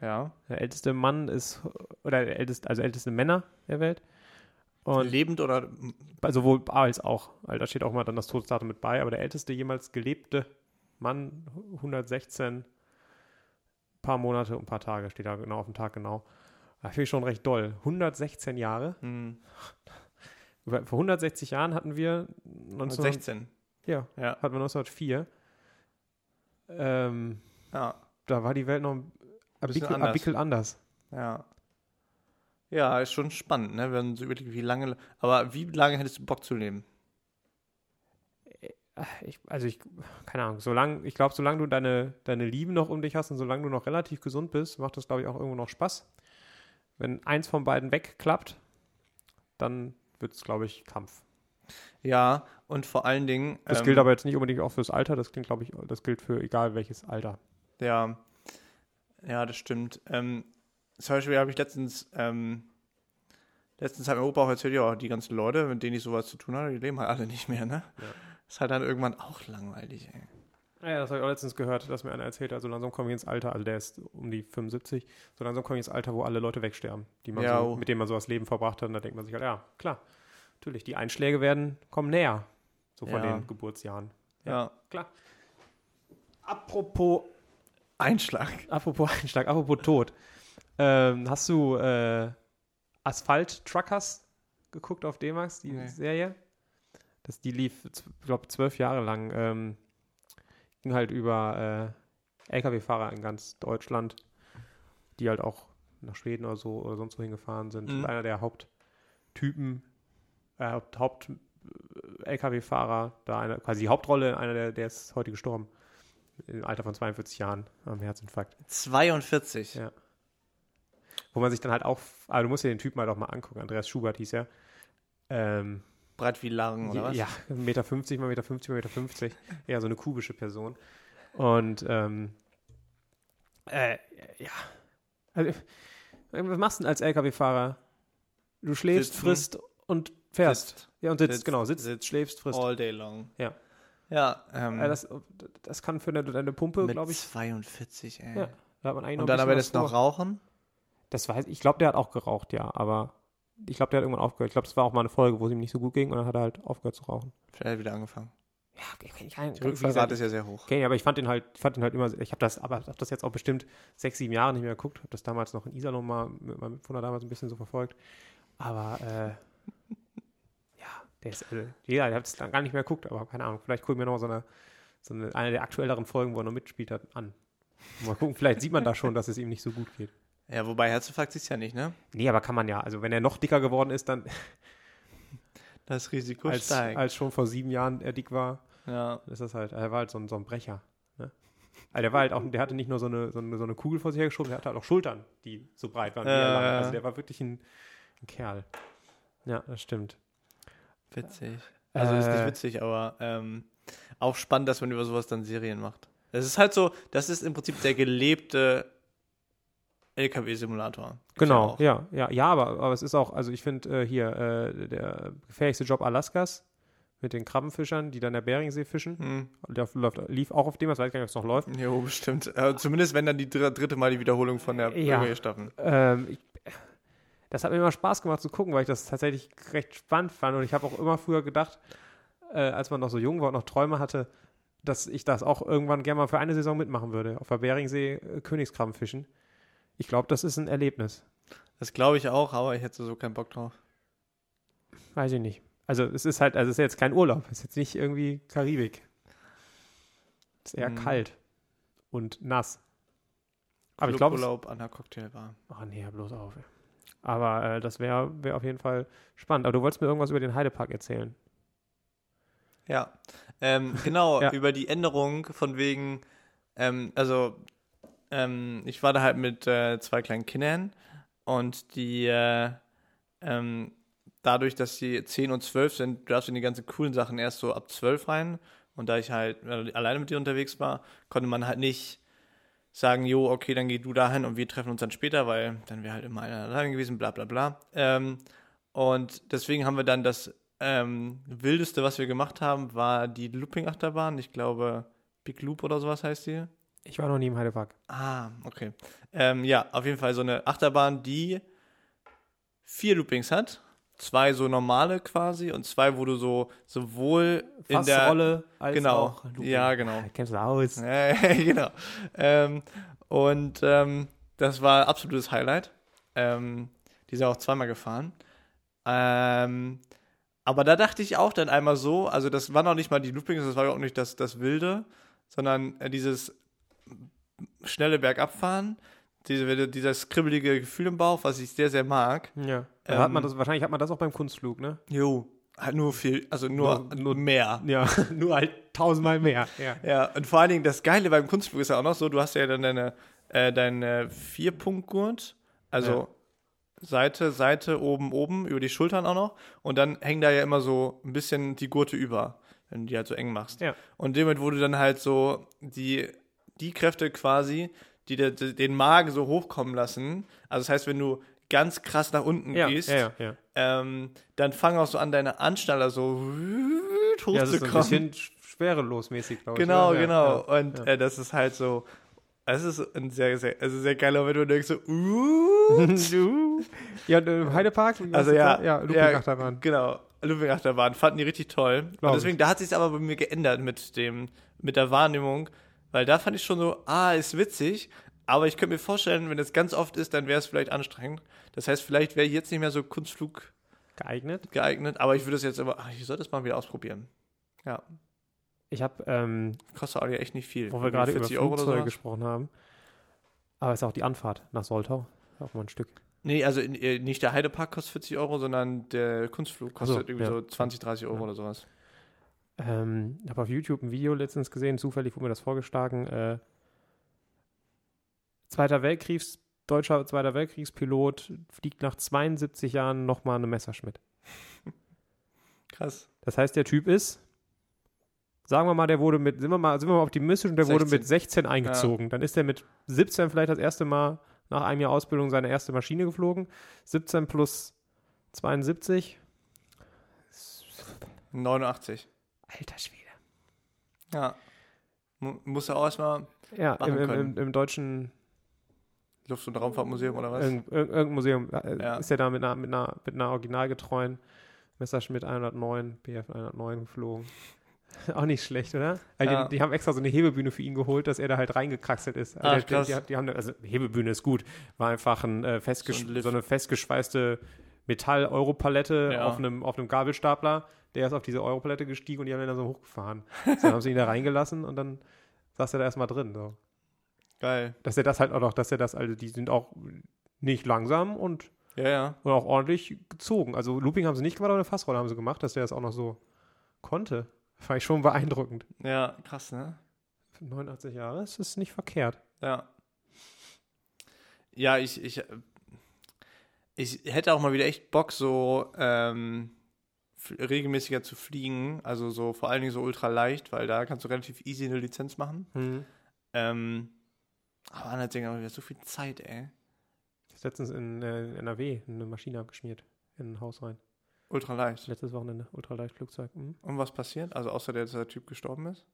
Speaker 2: Ja.
Speaker 1: Der älteste Mann ist, oder der älteste, also älteste Männer der Welt. Und
Speaker 2: Lebend oder
Speaker 1: also sowohl als auch. Also da steht auch mal dann das Todesdatum mit bei, aber der älteste jemals gelebte Mann, 116, paar Monate und paar Tage, steht da genau auf dem Tag genau. Da finde ich schon recht doll. 116 Jahre.
Speaker 2: hm,
Speaker 1: Über- Vor 160 Jahren hatten wir 1900,
Speaker 2: 16.
Speaker 1: ja,
Speaker 2: Ja.
Speaker 1: hatten wir 1904. Ähm,
Speaker 2: Ja.
Speaker 1: da war die Welt noch ein
Speaker 2: bisschen
Speaker 1: bisschen
Speaker 2: anders.
Speaker 1: anders. anders.
Speaker 2: Ja. Ja, ist schon spannend, ne? Wenn man so überlegt, wie lange. Aber wie lange hättest du Bock zu leben?
Speaker 1: Ich, also ich, keine Ahnung, solange, ich glaube, solange du deine, deine Lieben noch um dich hast und solange du noch relativ gesund bist, macht das, glaube ich, auch irgendwo noch Spaß. Wenn eins von beiden wegklappt, dann wird es, glaube ich, Kampf.
Speaker 2: Ja, und vor allen Dingen.
Speaker 1: Das
Speaker 2: ähm,
Speaker 1: gilt aber jetzt nicht unbedingt auch fürs Alter, das klingt, glaube ich, das gilt für egal welches Alter.
Speaker 2: Ja, ja, das stimmt. Ähm, zum Beispiel habe ich letztens, ähm, letztens hat mein Opa auch erzählt, ja, die ganzen Leute, mit denen ich sowas zu tun hatte, die leben halt alle nicht mehr, ne?
Speaker 1: Ja.
Speaker 2: Ist halt dann irgendwann auch langweilig, ey.
Speaker 1: Ja, das habe ich auch letztens gehört, dass mir einer erzählt hat, so langsam komme ich ins Alter, also der ist um die 75, so langsam komme ich ins Alter, wo alle Leute wegsterben, die man
Speaker 2: Ja,
Speaker 1: so,
Speaker 2: oh.
Speaker 1: mit denen man so das Leben verbracht hat. Und da denkt man sich halt, ja, klar, natürlich, die Einschläge werden, kommen näher, so von
Speaker 2: Ja.
Speaker 1: den Geburtsjahren.
Speaker 2: Ja.
Speaker 1: Ja. Apropos,
Speaker 2: Einschlag.
Speaker 1: apropos Einschlag, apropos Tod. Ähm, hast du äh, Asphalt Truckers geguckt auf D-Max, die
Speaker 2: Nee.
Speaker 1: Serie? Das, die lief, ich glaube, zwölf Jahre lang. Ähm, ging halt über äh, Lkw-Fahrer in ganz Deutschland, die halt auch nach Schweden oder so oder sonst wo hingefahren sind.
Speaker 2: Mhm.
Speaker 1: Und einer der Haupttypen, äh, Haupt- Haupt-Lkw-Fahrer, da eine, quasi die Hauptrolle, einer der, der ist heute gestorben. Im Alter von 42 Jahren am Herzinfarkt.
Speaker 2: 42.
Speaker 1: Ja. Wo man sich dann halt auch, aber du musst dir den Typen halt auch mal angucken. Andreas Schubert hieß er. Ähm,
Speaker 2: Breit wie lang, oder was?
Speaker 1: ja, 1,50 Meter 50 mal 1,50 Meter 50 mal 1,50 Meter. 50. Eher so eine kubische Person. Und, ähm, äh, ja. Also, was machst du denn als LKW-Fahrer? Du schläfst,
Speaker 2: Sitzen.
Speaker 1: frisst und fährst.
Speaker 2: Sitzt
Speaker 1: Ja, und sitzt,
Speaker 2: Sitzt,
Speaker 1: genau. Sitzt,
Speaker 2: sitzt,
Speaker 1: schläfst, frisst.
Speaker 2: all day long.
Speaker 1: Ja.
Speaker 2: Ja, ähm,
Speaker 1: Äh, das, das kann für deine, deine Pumpe,
Speaker 2: mit
Speaker 1: glaube ich.
Speaker 2: 42, ey.
Speaker 1: Ja, da hat man eigentlich noch ein
Speaker 2: Und dann aber
Speaker 1: bisschen
Speaker 2: das
Speaker 1: was vor.
Speaker 2: noch rauchen?
Speaker 1: Das weiß ich. glaube, der hat auch geraucht, ja, aber ich glaube, der hat irgendwann aufgehört. Ich glaube, das war auch mal eine Folge, wo es ihm nicht so gut ging und dann hat er halt aufgehört zu rauchen.
Speaker 2: Vielleicht hat er wieder angefangen.
Speaker 1: Ja, okay, ich kann,
Speaker 2: Die Rückfallrate ist ja sehr hoch.
Speaker 1: Okay, aber ich fand den halt, ich fand den halt immer, ich habe das, aber habe das jetzt auch bestimmt sechs, sieben Jahre nicht mehr geguckt, habe das damals noch in Iserlohn mal mit meinem Mitbewohner damals ein bisschen so verfolgt. Aber äh, ja, der ist, also, ja, ich habe es dann gar nicht mehr geguckt, aber keine Ahnung, vielleicht gucke ich mir noch so eine, so eine, eine der aktuelleren Folgen, wo er noch mitspielt, hat, an. Mal gucken, vielleicht sieht man da schon, dass es ihm nicht so gut geht.
Speaker 2: Ja, wobei Herzinfarkt ist ja nicht, ne?
Speaker 1: Nee, aber kann man ja. Also wenn er noch dicker geworden ist, dann
Speaker 2: Das Risiko
Speaker 1: als,
Speaker 2: steigt.
Speaker 1: als schon vor sieben Jahren er dick war,
Speaker 2: ja.
Speaker 1: ist das halt, er war halt so ein, so ein Brecher. Ne? Also der war halt auch, der hatte nicht nur so eine, so eine, so eine Kugel vor sich hergeschoben, der hatte halt auch Schultern, die so breit waren. wie er
Speaker 2: Ja,
Speaker 1: lang.
Speaker 2: ja.
Speaker 1: Also der war wirklich ein, ein Kerl. Ja, das stimmt.
Speaker 2: Witzig. Also ist
Speaker 1: Äh.
Speaker 2: nicht witzig, aber ähm, auch spannend, dass man über sowas dann Serien macht. Das ist halt so, das ist im Prinzip der gelebte LKW-Simulator. Gibt's
Speaker 1: Genau,
Speaker 2: Ja,
Speaker 1: ja,
Speaker 2: auch.
Speaker 1: ja, ja, aber, aber es ist auch, also ich finde äh, hier äh, der gefährlichste Job Alaskas mit den Krabbenfischern, die dann der Beringsee fischen.
Speaker 2: Hm,
Speaker 1: Der läuft, lief auch auf dem, was weiß ich gar nicht, ob es noch läuft.
Speaker 2: jo, bestimmt. Äh, zumindest wenn dann die dr dritte Mal die Wiederholung von der
Speaker 1: Ja.
Speaker 2: ja. Staffel.
Speaker 1: Ähm, ich, das hat mir immer Spaß gemacht zu gucken, weil ich das tatsächlich recht spannend fand. Und ich habe auch immer früher gedacht, äh, als man noch so jung war und noch Träume hatte, dass ich das auch irgendwann gerne mal für eine Saison mitmachen würde. Auf der Beringsee äh, Königskrabben fischen. Ich glaube, das ist ein Erlebnis.
Speaker 2: Das glaube ich auch, aber ich hätte so keinen Bock drauf.
Speaker 1: Weiß ich nicht. Also es ist halt, also es ist jetzt kein Urlaub, es ist jetzt nicht irgendwie Karibik. Ist eher
Speaker 2: Mhm.
Speaker 1: kalt und nass. Aber ich glaube, es-
Speaker 2: Cluburlaub an der Cocktailbar.
Speaker 1: Ach nee, hör bloß auf. Ey. Aber äh, das wäre wär auf jeden Fall spannend. Aber du wolltest mir irgendwas über den Heidepark erzählen.
Speaker 2: Ja, ähm, genau,
Speaker 1: Ja.
Speaker 2: über die Änderung von wegen, ähm, also ähm, ich war da halt mit äh, zwei kleinen Kindern und die, äh, ähm, dadurch, dass sie 10 und 12 sind, darfst du in die ganzen coolen Sachen erst so ab 12 rein und da ich halt äh, alleine mit dir unterwegs war, konnte man halt nicht sagen, jo, okay, dann geh du dahin und wir treffen uns dann später, weil dann wäre halt immer einer allein gewesen, bla bla bla. Ähm, und deswegen haben wir dann das ähm, wildeste, was wir gemacht haben, war die Looping-Achterbahn. Ich glaube, Big Loop oder sowas heißt die.
Speaker 1: Ich war noch nie im Heidepark.
Speaker 2: Ah, okay. Ähm, ja, auf jeden Fall so eine Achterbahn, die vier Loopings hat. Zwei so normale quasi und zwei, wo du so sowohl in der
Speaker 1: Fassrolle als
Speaker 2: genau.
Speaker 1: auch Looping.
Speaker 2: Ja, genau.
Speaker 1: Ah, Kennst du aus?
Speaker 2: Ja, genau. Ähm, und ähm, das war absolutes Highlight. Ähm, die sind auch zweimal gefahren. Ähm, aber da dachte ich auch dann einmal so, also das war noch nicht mal die Loopings, das war ja auch nicht das, das Wilde, sondern äh, dieses schnelle Bergabfahren, diese, dieses kribbelige Gefühl im Bauch, was ich sehr, sehr mag.
Speaker 1: Ja. Da hat man
Speaker 2: Ähm,
Speaker 1: das, wahrscheinlich hat man das auch beim Kunstflug, ne?
Speaker 2: Jo. Halt nur viel, also nur,
Speaker 1: Nur-
Speaker 2: nur mehr.
Speaker 1: Ja, nur halt tausendmal mehr. Ja.
Speaker 2: Ja, und vor allen Dingen das Geile beim Kunstflug ist ja auch noch so, du hast ja dann deine, äh, deine Vierpunktgurt, also
Speaker 1: Ja.
Speaker 2: Seite, Seite, oben, oben, über die Schultern auch noch. Und dann hängen da ja immer so ein bisschen die Gurte über, wenn du die halt so eng machst.
Speaker 1: Ja.
Speaker 2: Und damit wurde dann halt so die, die Kräfte quasi, die de, de, den Magen so hochkommen lassen. Also das heißt, wenn du ganz krass nach unten
Speaker 1: Ja,
Speaker 2: gehst,
Speaker 1: ja, ja, ja.
Speaker 2: Ähm, dann fangen auch so an, deine Anschnaller so hochzukommen.
Speaker 1: ja das ist so ein bisschen sch- schwerelosmäßig, glaube ich.
Speaker 2: Genau,
Speaker 1: ne? ja,
Speaker 2: genau.
Speaker 1: Ja,
Speaker 2: und Äh, das ist halt so, es ist ein sehr, sehr, also sehr geiler, wenn du denkst so, uh,
Speaker 1: Du? ja und im Heidepark?
Speaker 2: also ja,
Speaker 1: Ja, Looping-Achterbahn.
Speaker 2: Genau, Looping-Achterbahn, fanden die richtig toll.
Speaker 1: Glaub
Speaker 2: und deswegen, da hat sich aber bei mir geändert mit dem, mit der Wahrnehmung, weil da fand ich schon so, ah, ist witzig, aber ich könnte mir vorstellen, wenn das ganz oft ist, dann wäre es vielleicht anstrengend. Das heißt, vielleicht wäre ich jetzt nicht mehr so Kunstflug
Speaker 1: Geeignet?
Speaker 2: geeignet, aber ich würde es jetzt immer, ach, ich sollte das mal wieder ausprobieren. Ja,
Speaker 1: Ich habe ähm,
Speaker 2: kostet auch ja echt nicht viel.
Speaker 1: wo wir gerade über
Speaker 2: 40 Euro oder
Speaker 1: Flugzeuge
Speaker 2: sowas.
Speaker 1: gesprochen haben. Aber es ist auch die Anfahrt nach Soltau. Auch mal ein Stück.
Speaker 2: Nee, also in, äh, nicht der Heidepark kostet 40 Euro, sondern der Kunstflug
Speaker 1: so,
Speaker 2: kostet irgendwie
Speaker 1: ja.
Speaker 2: so 20, 30 Euro
Speaker 1: Ja.
Speaker 2: oder sowas.
Speaker 1: Ähm, ich habe auf YouTube ein Video letztens gesehen, zufällig wurde mir das vorgeschlagen. Äh, Zweiter Weltkriegs, deutscher Zweiter Weltkriegspilot fliegt nach 72 Jahren nochmal eine Messerschmitt.
Speaker 2: Krass.
Speaker 1: Das heißt, der Typ ist, sagen wir mal, der wurde mit, sind wir mal, sind wir mal optimistisch und der wurde
Speaker 2: 16.
Speaker 1: mit 16 eingezogen. Dann ist er mit 17 vielleicht das erste Mal nach einem Jahr Ausbildung seine erste Maschine geflogen. 17 plus 72.
Speaker 2: 89.
Speaker 1: Alter Schwede.
Speaker 2: Ja. Mu- Muss ja auch erstmal
Speaker 1: Ja,
Speaker 2: Machen
Speaker 1: im, im,
Speaker 2: können.
Speaker 1: im, im deutschen
Speaker 2: Luft- und Raumfahrtmuseum oder was?
Speaker 1: Irgend, irg- irgendein Museum äh,
Speaker 2: Ja.
Speaker 1: ist ja da mit einer, mit einer, mit einer originalgetreuen Messerschmitt 109, BF 109 geflogen. Auch nicht schlecht, oder? Also
Speaker 2: Ja.
Speaker 1: die, die haben extra so eine Hebebühne für ihn geholt, dass er da halt reingekraxelt ist. Also
Speaker 2: Ah,
Speaker 1: der-
Speaker 2: krass.
Speaker 1: die, die, die haben, also Hebebühne ist gut, war einfach ein, äh, festgesch
Speaker 2: So ein Lift.
Speaker 1: so eine festgeschweißte Metall-Europalette
Speaker 2: Ja.
Speaker 1: auf, einem, auf einem Gabelstapler. Der ist auf diese Europalette gestiegen und die haben ihn dann so hochgefahren. So, dann haben sie ihn da reingelassen und dann saß er da erstmal drin. So
Speaker 2: Geil.
Speaker 1: dass er das halt auch noch, dass er das, also die sind auch nicht langsam und,
Speaker 2: Ja, ja.
Speaker 1: und auch ordentlich gezogen. Also Looping haben sie nicht gemacht, aber eine Fassrolle haben sie gemacht, dass der das auch noch so konnte. Fand ich schon beeindruckend.
Speaker 2: Ja, krass, ne?
Speaker 1: Für 89 Jahre ist es nicht verkehrt.
Speaker 2: Ja. Ja, ich, ich, äh, ich hätte auch mal wieder echt Bock, so ähm, f- regelmäßiger zu fliegen. Also so vor allen Dingen so ultra leicht, weil da kannst du relativ easy eine Lizenz machen. Ähm, aber andere Dinge haben wieder so viel Zeit, ey.
Speaker 1: Ich habe letztens in äh, NRW eine Maschine abgeschmiert. In ein Haus rein.
Speaker 2: Ultra leicht.
Speaker 1: Letztes Wochenende, ultraleichtflugzeug. Mhm.
Speaker 2: Und was passiert? Also außer der, dass der Typ gestorben ist?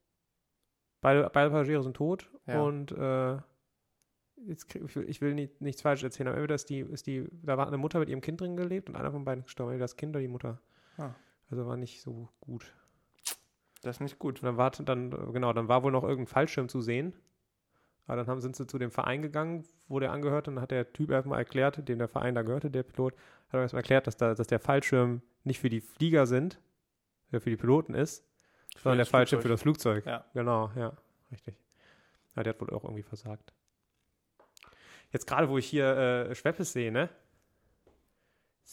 Speaker 1: Beide, beide Passagiere sind tot
Speaker 2: Ja.
Speaker 1: und äh, jetzt krieg, ich will, ich will nicht, nichts falsch erzählen, aber irgendwie das die, ist die, da war eine Mutter mit ihrem Kind drin gelebt und einer von beiden gestorben, entweder das Kind oder die Mutter.
Speaker 2: Ah.
Speaker 1: Also war nicht so gut.
Speaker 2: Das ist nicht gut.
Speaker 1: Und dann war dann, äh, genau, dann war wohl noch irgendein Fallschirm zu sehen. Aber dann haben, sind sie zu dem Verein gegangen, wo der angehörte, und dann hat der Typ erstmal erklärt, dem der Verein da gehörte, der Pilot, hat er erstmal erklärt, dass, da, dass der Fallschirm nicht für die Flieger sind, oder für die Piloten ist, sondern der
Speaker 2: das
Speaker 1: Fallschirm
Speaker 2: Flugzeug.
Speaker 1: für das Flugzeug.
Speaker 2: Ja.
Speaker 1: Genau, ja. richtig. Ja, der hat wohl auch irgendwie versagt. Jetzt gerade, wo ich hier äh, Schweppes sehe, ne?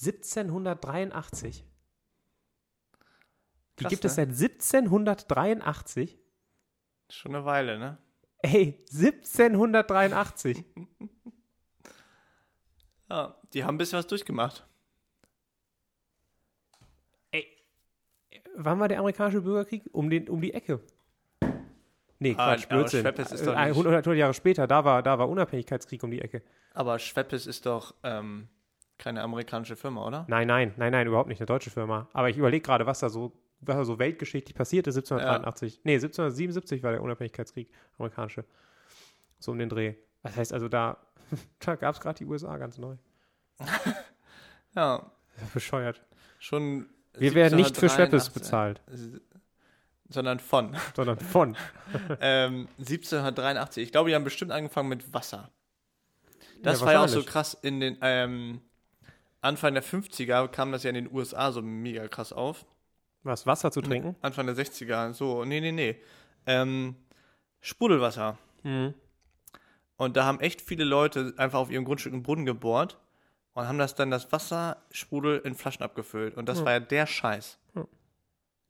Speaker 1: 1783. Die
Speaker 2: Krass,
Speaker 1: gibt es
Speaker 2: ne?
Speaker 1: seit 1783.
Speaker 2: Schon eine Weile, ne?
Speaker 1: Ey, 1783.
Speaker 2: Ja, die haben ein bisschen was durchgemacht.
Speaker 1: Wann war der amerikanische Bürgerkrieg? Um, den, um die Ecke. Nee,
Speaker 2: Ah,
Speaker 1: Quatsch,
Speaker 2: aber
Speaker 1: Blödsinn.
Speaker 2: Schweppes ist doch
Speaker 1: Äh,
Speaker 2: nicht-
Speaker 1: 100 Jahre später, da war, da war Unabhängigkeitskrieg um die Ecke.
Speaker 2: Aber Schweppes ist doch ähm, keine amerikanische Firma, oder?
Speaker 1: Nein, nein, nein, nein, überhaupt nicht eine deutsche Firma. Aber ich überlege gerade, was da so, was da so weltgeschichtlich passierte. 1783. Nee, 1777 war der Unabhängigkeitskrieg, amerikanische. So um den Dreh. Das heißt also, da, da gab es gerade die USA ganz neu.
Speaker 2: Ja,
Speaker 1: Bescheuert.
Speaker 2: schon.
Speaker 1: Wir werden nicht für Schweppes
Speaker 2: 1783,
Speaker 1: bezahlt,
Speaker 2: äh, Sondern von.
Speaker 1: sondern von.
Speaker 2: ähm, 1783. Ich glaube, die haben bestimmt angefangen mit Wasser. Das
Speaker 1: Ja,
Speaker 2: war ja auch so
Speaker 1: wahrscheinlich.
Speaker 2: krass in den ähm, Anfang der 50er kam das ja in den USA so mega krass auf.
Speaker 1: Was, Wasser zu trinken?
Speaker 2: Anfang der 60er, so, nee, nee, nee. Ähm, Sprudelwasser.
Speaker 1: Mhm.
Speaker 2: Und da haben echt viele Leute einfach auf ihrem Grundstück einen Brunnen gebohrt und haben das dann das Wasserspudel in Flaschen abgefüllt. Und das war ja der Scheiß.
Speaker 1: Ja.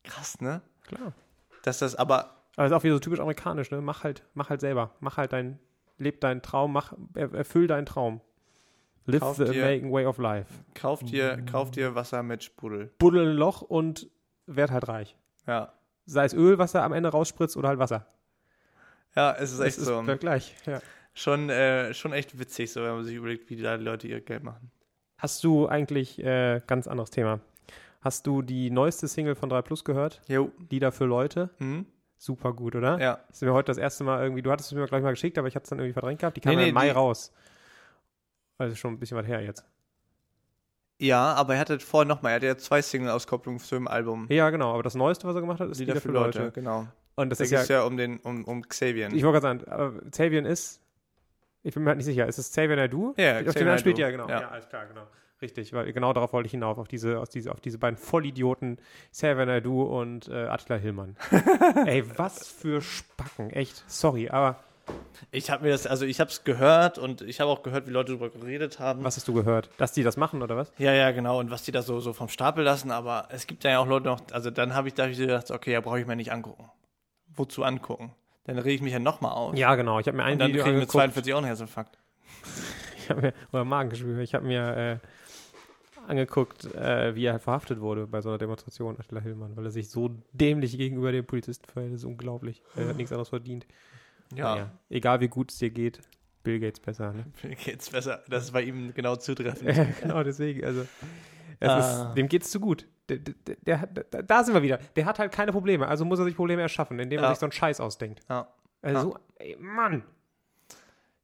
Speaker 2: Krass, ne?
Speaker 1: Klar.
Speaker 2: Dass das aber,
Speaker 1: Aber Also ist auch wieder so typisch amerikanisch, ne? Mach halt, mach halt selber. Mach halt dein, leb deinen Traum, mach, er, erfüll deinen Traum. Live
Speaker 2: Kauf
Speaker 1: the
Speaker 2: dir-
Speaker 1: American way of life.
Speaker 2: kauft dir, kauft dir Wasser mit Sprudel.
Speaker 1: Buddel ein Loch und werd halt reich.
Speaker 2: Ja.
Speaker 1: Sei es Öl, was da am Ende rausspritzt oder halt Wasser.
Speaker 2: Ja, es ist echt
Speaker 1: es
Speaker 2: so.
Speaker 1: ist bleibt gleich. Ja.
Speaker 2: Schon, äh, schon echt witzig, so, wenn man sich überlegt, wie da die Leute ihr Geld machen.
Speaker 1: Hast du eigentlich, äh, ganz anderes Thema. Hast du die neueste Single von 3 Plus gehört?
Speaker 2: Jo.
Speaker 1: Lieder für Leute?
Speaker 2: Hm?
Speaker 1: Super gut, oder?
Speaker 2: Ja.
Speaker 1: Ist mir heute das erste Mal irgendwie, du hattest es mir, glaube ich, mal geschickt, aber ich hatte es dann irgendwie verdrängt gehabt. Die kam
Speaker 2: Nee,
Speaker 1: ja
Speaker 2: nee,
Speaker 1: im Mai
Speaker 2: die-
Speaker 1: raus. Also schon ein bisschen was her jetzt.
Speaker 2: Ja, aber er hatte vorher nochmal, er hatte ja zwei Single-Auskopplungen zu dem Album.
Speaker 1: Ja, genau, aber das Neueste, was er gemacht hat, ist Lieder, für Leute.
Speaker 2: Genau.
Speaker 1: Und das
Speaker 2: Das
Speaker 1: ist ja,
Speaker 2: ist ja um den, um, um Xavier.
Speaker 1: ich wollte gerade sagen, aber Xavian ist, ich bin mir halt nicht sicher, ist es Xavier Naidoo?
Speaker 2: Ja,
Speaker 1: auf
Speaker 2: Xavier
Speaker 1: den Namen steht
Speaker 2: Naidoo.
Speaker 1: ja, genau. Ja.
Speaker 2: Ja.
Speaker 1: alles klar, genau. Richtig, weil genau darauf wollte ich hinauf, auf diese, auf diese, auf diese beiden Vollidioten, Xavier Naidoo und äh, Attila Hillmann. Ey, was für Spacken, echt, sorry, aber
Speaker 2: Ich habe mir das, also ich habe es gehört und ich habe auch gehört, wie Leute darüber geredet haben.
Speaker 1: was hast du gehört? Dass die das machen, oder was?
Speaker 2: Ja, ja, genau. Und was die da so, so vom Stapel lassen, aber es gibt ja auch Leute noch, also dann habe ich, da hab ich so gedacht, okay, ja, brauche ich mir nicht angucken. Wozu angucken? Dann rege ich mich ja nochmal auf.
Speaker 1: Ja, genau, ich habe mir ein
Speaker 2: und dann
Speaker 1: Video
Speaker 2: kriegen wir
Speaker 1: angeguckt.
Speaker 2: 42 auch einen Herzinfarkt.
Speaker 1: Ich hab mir, oder Magengeschwür. Ich habe mir äh, angeguckt, äh, wie er verhaftet wurde bei so einer Demonstration, Attila Hillmann, weil er sich so dämlich gegenüber den Polizisten verhält. Das ist unglaublich. Er hat nichts anderes verdient.
Speaker 2: Ja,
Speaker 1: Naja, egal wie gut es dir geht, Bill Gates besser. Ne?
Speaker 2: mir geht's besser. Das ist bei ihm genau zutreffend.
Speaker 1: genau, deswegen. Also, es
Speaker 2: Ah.
Speaker 1: ist, dem geht's zu gut. Der, der, der, hat- da- da sind wir wieder. Der hat halt keine Probleme. Also muss er sich Probleme erschaffen, indem er
Speaker 2: Ja.
Speaker 1: sich so einen Scheiß ausdenkt.
Speaker 2: Ja.
Speaker 1: Also, ey, Mann.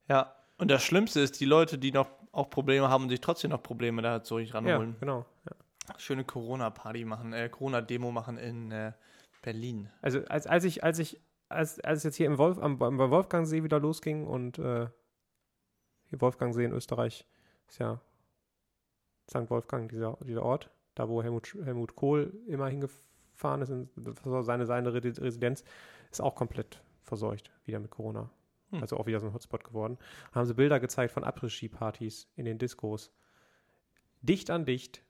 Speaker 2: ja. Und das Schlimmste ist, die Leute, die noch auch Probleme haben und sich trotzdem noch Probleme da so richtig
Speaker 1: Ja,
Speaker 2: ranholen.
Speaker 1: genau.
Speaker 2: Schöne Corona-Party machen, äh, Corona-Demo machen in äh, Berlin.
Speaker 1: Also als, als ich, als ich, als, als es jetzt hier im Wolf, am, beim beim Wolfgangsee wieder losging und äh, hier Wolfgangsee in Österreich ist ja St. Wolfgang, dieser, dieser Ort, da wo Helmut, Sch- Helmut Kohl immer hingefahren ist, in, das war seine, seine Re- Residenz, ist auch komplett verseucht, wieder mit Corona.
Speaker 2: Hm.
Speaker 1: Also auch wieder so ein Hotspot geworden. Haben sie Bilder gezeigt von Après-Ski-Partys in den Diskos. Dicht an dicht,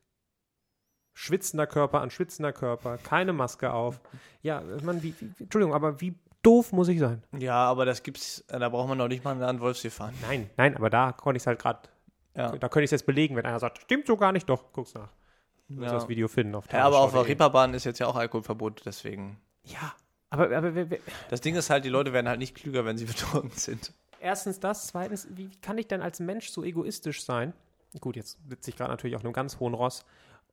Speaker 1: schwitzender Körper an schwitzender Körper, keine Maske auf. Ja, man, wie, wie, Entschuldigung, aber wie doof muss ich sein?
Speaker 2: Ja, aber das gibt's, äh, da braucht man noch nicht mal an Wolfsee fahren.
Speaker 1: Nein, nein, aber da konnte ich es halt gerade,
Speaker 2: Ja.
Speaker 1: da könnte ich es jetzt belegen, wenn einer sagt, stimmt so gar nicht, doch, guck's nach. Du wirst
Speaker 2: Ja.
Speaker 1: das Video finden auf
Speaker 2: Ja, aber auf der
Speaker 1: tagesschau.de.
Speaker 2: Reeperbahn ist jetzt ja auch Alkoholverbot, deswegen.
Speaker 1: Ja, aber, aber wer, wer,
Speaker 2: Das Ding ist halt, die Leute werden halt nicht klüger, wenn sie betrunken sind.
Speaker 1: erstens das, zweitens, wie kann ich denn als Mensch so egoistisch sein? Gut, jetzt sitze ich gerade natürlich auf einem ganz hohen Ross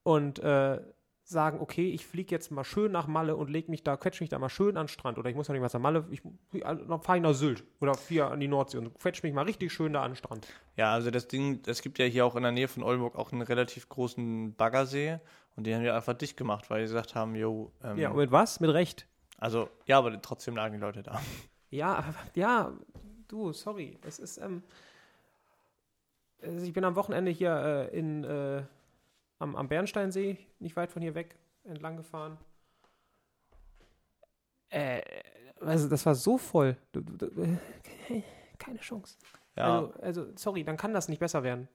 Speaker 1: und äh, sagen, okay, ich fliege jetzt mal schön nach Malle und leg mich da, quetsche mich da mal schön an den Strand oder ich muss ja nicht mal nach Malle, ich also, fahre ich nach Sylt oder hier an die Nordsee und quetsche mich mal richtig schön da an den Strand.
Speaker 2: Ja, also das Ding, es gibt ja hier auch in der Nähe von Oldenburg auch einen relativ großen Baggersee und den haben wir einfach dicht gemacht, weil die gesagt haben, jo, ähm,
Speaker 1: Ja, und mit was? Mit Recht.
Speaker 2: also ja, aber trotzdem lagen die Leute da.
Speaker 1: Ja, aber, ja, du, sorry. Es ist, ähm, also ich bin am Wochenende hier äh, in, äh, am, am Bernsteinsee, nicht weit von hier weg, entlang gefahren. Äh, also das war so voll. Du- du- du- Keine Chance.
Speaker 2: Ja,
Speaker 1: Also, also, sorry, dann kann das nicht besser werden.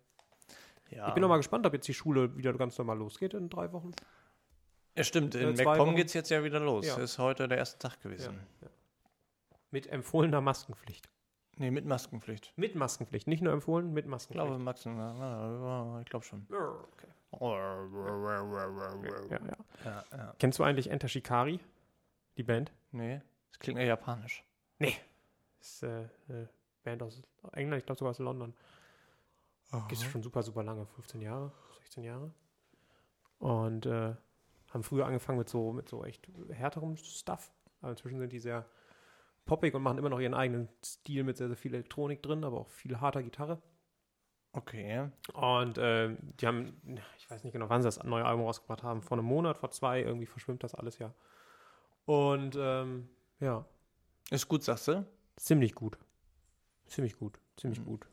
Speaker 2: ja.
Speaker 1: Ich bin noch mal gespannt, ob jetzt die Schule wieder ganz normal losgeht in drei Wochen.
Speaker 2: ja, stimmt, in
Speaker 1: äh, zwei
Speaker 2: MacPom
Speaker 1: Wochen.
Speaker 2: geht es jetzt ja wieder los.
Speaker 1: Ja.
Speaker 2: Ist heute der erste Tag gewesen.
Speaker 1: Mit empfohlener Maskenpflicht.
Speaker 2: Nee, mit Maskenpflicht.
Speaker 1: Mit Maskenpflicht, nicht nur empfohlen, mit
Speaker 2: Ich glaube,
Speaker 1: Maskenpflicht.
Speaker 2: Max, na, na, ich glaube schon.
Speaker 1: Ja, okay.
Speaker 2: Ja,
Speaker 1: Ja, ja.
Speaker 2: ja.
Speaker 1: Kennst du eigentlich Enter Shikari? Die Band?
Speaker 2: Nee, das klingt eher japanisch.
Speaker 1: Ist äh, eine Band aus England, ich glaube sogar aus London. Gibt es schon super, super lange, 15 Jahre, 16 Jahre. Und äh, haben früher angefangen mit so, mit so echt härterem Stuff. Aber inzwischen sind die sehr poppig und machen immer noch ihren eigenen Stil mit sehr, sehr viel Elektronik drin, aber auch viel harter Gitarre.
Speaker 2: Okay.
Speaker 1: Und äh, die haben, ich weiß nicht genau, wann sie das neue Album rausgebracht haben, vor einem Monat, vor zwei, irgendwie verschwimmt das alles ja. Und ähm, ja,
Speaker 2: Ist gut, sagst du?
Speaker 1: ziemlich gut. Ziemlich gut, ziemlich gut.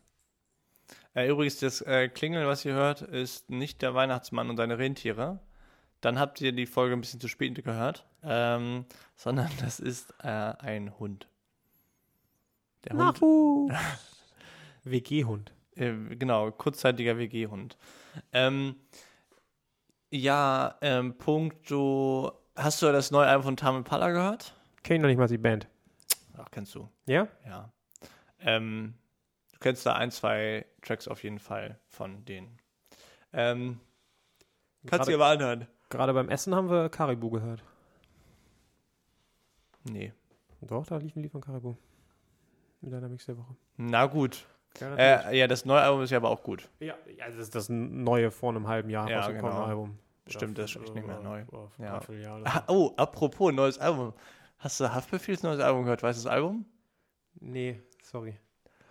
Speaker 2: Äh, übrigens, das äh, Klingeln, was ihr hört, ist nicht der Weihnachtsmann und seine Rentiere. Dann habt ihr die Folge ein bisschen zu spät gehört, ähm, sondern das ist äh, ein Hund. Der Hund,
Speaker 1: Nachwuchs! WG-Hund.
Speaker 2: äh, genau, kurzzeitiger WG-Hund. Ähm, ja, ähm, puncto, hast du das neue Album von Tame Pala gehört?
Speaker 1: Kenn ich noch nicht mal die Band.
Speaker 2: Ach, kennst du.
Speaker 1: Ja?
Speaker 2: Ja. Ähm, du kennst da ein, zwei Tracks auf jeden Fall von denen. Ähm, kannst du
Speaker 1: Gerade-
Speaker 2: dir mal anhören.
Speaker 1: Gerade beim Essen haben wir Karibu gehört.
Speaker 2: Nee.
Speaker 1: Doch, da liefen die von Karibu. Mit einer Mix der Woche.
Speaker 2: Na gut. Äh, ja, das neue Album ist ja aber auch gut.
Speaker 1: ja, ja, Also, das ist das neue vor einem halben Jahr
Speaker 2: Äh. Ja,
Speaker 1: rausgekommene
Speaker 2: genau.
Speaker 1: Album.
Speaker 2: Stimmt, das ist echt nicht
Speaker 1: oh,
Speaker 2: mehr neu.
Speaker 1: Oder,
Speaker 2: Ja.
Speaker 1: ja. Jahre.
Speaker 2: Ah, oh, apropos neues Album. Hast du Haftbefehls neues Album gehört? Weißt du das Album?
Speaker 1: Nee, sorry.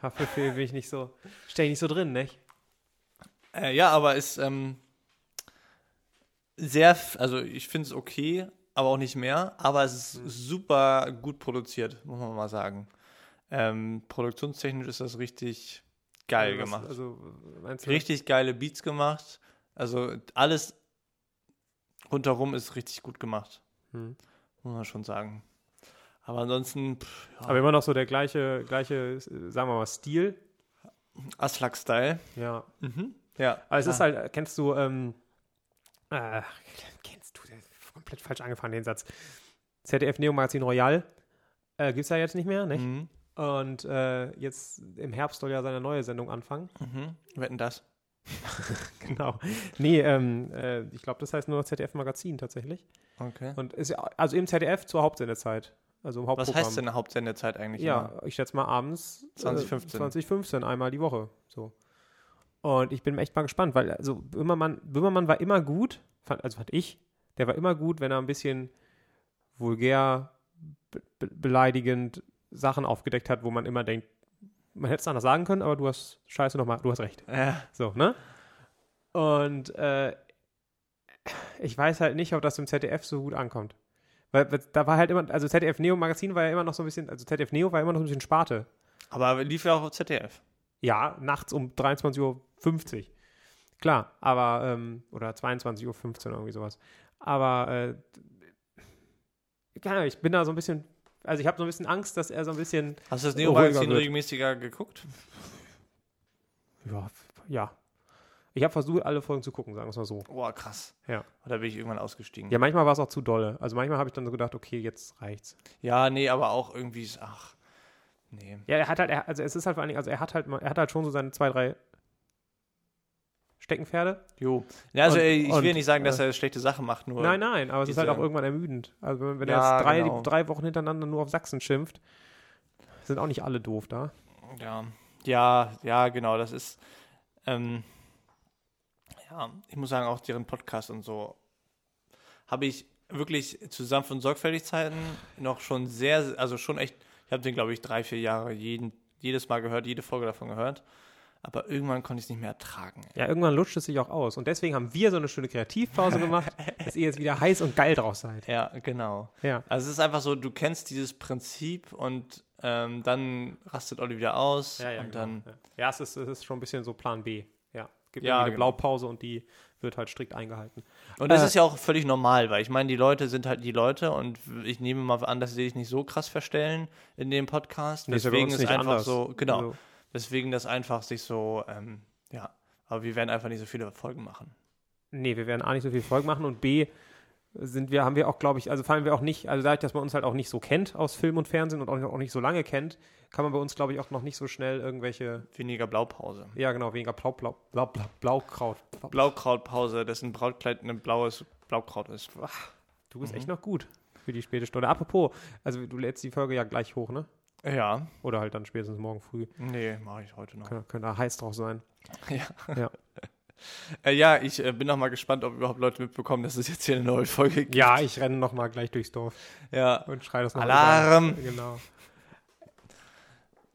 Speaker 1: Haftbefehl bin ich nicht so, stell ich nicht so drin, ne?
Speaker 2: Äh, ja, aber ist ähm, sehr, f- also ich finde es okay, aber auch nicht mehr. Aber es ist super gut produziert, muss man mal sagen. Ähm, produktionstechnisch ist das richtig geil
Speaker 1: Also was-
Speaker 2: gemacht.
Speaker 1: Also, meinst du,
Speaker 2: richtig geile Beats gemacht. Also alles rundherum ist richtig gut gemacht.
Speaker 1: Hm.
Speaker 2: Muss man schon sagen. Aber ansonsten, pff, ja,
Speaker 1: Aber immer noch so der gleiche, gleiche, äh, sagen wir mal, Stil.
Speaker 2: Aslak-Style.
Speaker 1: Ja.
Speaker 2: Ja.
Speaker 1: Aber es ist
Speaker 2: Ah,
Speaker 1: halt, äh, kennst du, ähm, äh, kennst du, der ist komplett falsch angefangen, den Satz. ZDF Neo Magazin Royal. Äh, gibt's ja jetzt nicht mehr, ne?
Speaker 2: Mhm.
Speaker 1: Und äh, jetzt im Herbst soll ja seine neue Sendung anfangen.
Speaker 2: Mhm. Wetten das?
Speaker 1: genau. Nee, ähm, äh, ich glaube, das heißt nur ZDF Magazin tatsächlich.
Speaker 2: Okay.
Speaker 1: Und ist ja, also im ZDF zur Hauptsendezeit. Also im
Speaker 2: Was
Speaker 1: Hauptprogramm.
Speaker 2: heißt denn Hauptsendezeit eigentlich? immer?
Speaker 1: Ja, ich schätze mal abends äh,
Speaker 2: 2015.
Speaker 1: 2015, einmal die Woche. So. Und ich bin echt mal gespannt, weil also Böhmermann, Böhmermann war immer gut, fand, also fand ich, der war immer gut, wenn er ein bisschen vulgär, be be beleidigend Sachen aufgedeckt hat, wo man immer denkt, man hätte es anders sagen können, aber du hast scheiße nochmal, du hast recht.
Speaker 2: Ja.
Speaker 1: So, ne? Und äh, ich weiß halt nicht, ob das im ZDF so gut ankommt. Weil weil da war halt immer, also ZDF Neo Magazin war ja immer noch so ein bisschen, also ZDF Neo war immer noch so ein bisschen Sparte.
Speaker 2: Aber lief ja auch auf ZDF.
Speaker 1: Ja, nachts um 23.50 Uhr. Klar, aber, ähm, oder 22.15 Uhr, irgendwie sowas. Aber, äh, keine Ahnung, ich bin da so ein bisschen, also ich habe so ein bisschen Angst, dass er so ein bisschen,
Speaker 2: Hast du das
Speaker 1: Ruhiger
Speaker 2: Neo-Magazin
Speaker 1: wird.
Speaker 2: regelmäßiger geguckt?
Speaker 1: ja, ja. Ich habe versucht, alle Folgen zu gucken, sagen wir es mal so.
Speaker 2: Boah, krass.
Speaker 1: Ja.
Speaker 2: Oder bin ich irgendwann ausgestiegen?
Speaker 1: Ja, manchmal war es auch zu dolle. Also manchmal habe ich dann so gedacht, okay, jetzt reicht's.
Speaker 2: Ja, nee, aber auch irgendwie ist, ach, nee.
Speaker 1: Ja, er hat halt, er, also es ist halt vor allen Dingen, also er hat halt, mal- er hat halt schon so seine zwei, drei Steckenpferde.
Speaker 2: Jo. Ja, Also
Speaker 1: Und-
Speaker 2: ey, ich will
Speaker 1: und, äh,
Speaker 2: nicht sagen, dass er schlechte Sachen macht, nur
Speaker 1: Nein, nein, aber es ist
Speaker 2: diese-
Speaker 1: halt auch irgendwann ermüdend. Also wenn, wenn
Speaker 2: Ja,
Speaker 1: er jetzt drei,
Speaker 2: genau.
Speaker 1: drei Wochen hintereinander nur auf Sachsen schimpft, sind auch nicht alle doof da.
Speaker 2: Ja, ja, ja, genau, das ist, ähm, ja, ich muss sagen, auch deren Podcast und so habe ich wirklich zusammen von Sorgfältigkeiten noch schon sehr, also schon echt, ich habe den, glaube ich, drei, vier Jahre jeden, jedes Mal gehört, jede Folge davon gehört, aber irgendwann konnte ich es nicht mehr ertragen. ey.
Speaker 1: Ja, irgendwann lutscht es sich auch aus. Und deswegen haben wir so eine schöne Kreativpause gemacht, dass ihr jetzt wieder heiß und geil drauf seid.
Speaker 2: Ja, genau.
Speaker 1: Ja.
Speaker 2: Also es ist einfach so, du kennst dieses Prinzip und ähm, dann rastet Olli wieder aus und dann,
Speaker 1: ja. ja es, ist, es ist schon ein bisschen so Plan B. Ja, gibt irgendwie
Speaker 2: Ja,
Speaker 1: eine
Speaker 2: genau.
Speaker 1: Blaupause und die wird halt strikt eingehalten.
Speaker 2: Und das
Speaker 1: Äh.
Speaker 2: ist ja auch völlig normal, weil ich meine, die Leute sind halt die Leute und ich nehme mal an, dass sie sich nicht so krass verstellen in dem Podcast.
Speaker 1: Nee, ist ja bei
Speaker 2: Deswegen
Speaker 1: uns
Speaker 2: ist
Speaker 1: nicht
Speaker 2: einfach
Speaker 1: anders.
Speaker 2: so, genau.
Speaker 1: Also-
Speaker 2: Deswegen das einfach sich so, ähm, ja. Aber wir werden einfach nicht so viele Folgen machen.
Speaker 1: Nee, wir werden A nicht so viel Folgen machen und B sind wir, haben wir auch, glaube ich, also fallen wir auch nicht, also dadurch, dass man uns halt auch nicht so kennt aus Film und Fernsehen und auch nicht, auch nicht so lange kennt, kann man bei uns, glaube ich, auch noch nicht so schnell irgendwelche,
Speaker 2: Weniger Blaupause.
Speaker 1: ja genau, weniger Blau, Blau, Blau, Blau, Blaukraut.
Speaker 2: Blaukrautpause, dessen Brautkleid ein blaues Blaukraut ist.
Speaker 1: Du bist echt noch gut für die späte Stunde. Apropos, also du lädst die Folge ja gleich hoch, ne?
Speaker 2: Ja,
Speaker 1: Oder halt dann spätestens morgen früh.
Speaker 2: nee, mache ich heute noch.
Speaker 1: Können, können da heiß drauf sein.
Speaker 2: Äh, ja, ich äh, bin noch mal gespannt, ob überhaupt Leute mitbekommen, dass es jetzt hier eine neue Folge gibt.
Speaker 1: Ja, ich renne nochmal gleich durchs Dorf.
Speaker 2: Ja,
Speaker 1: und schrei das noch
Speaker 2: Alarm!
Speaker 1: wieder. Genau.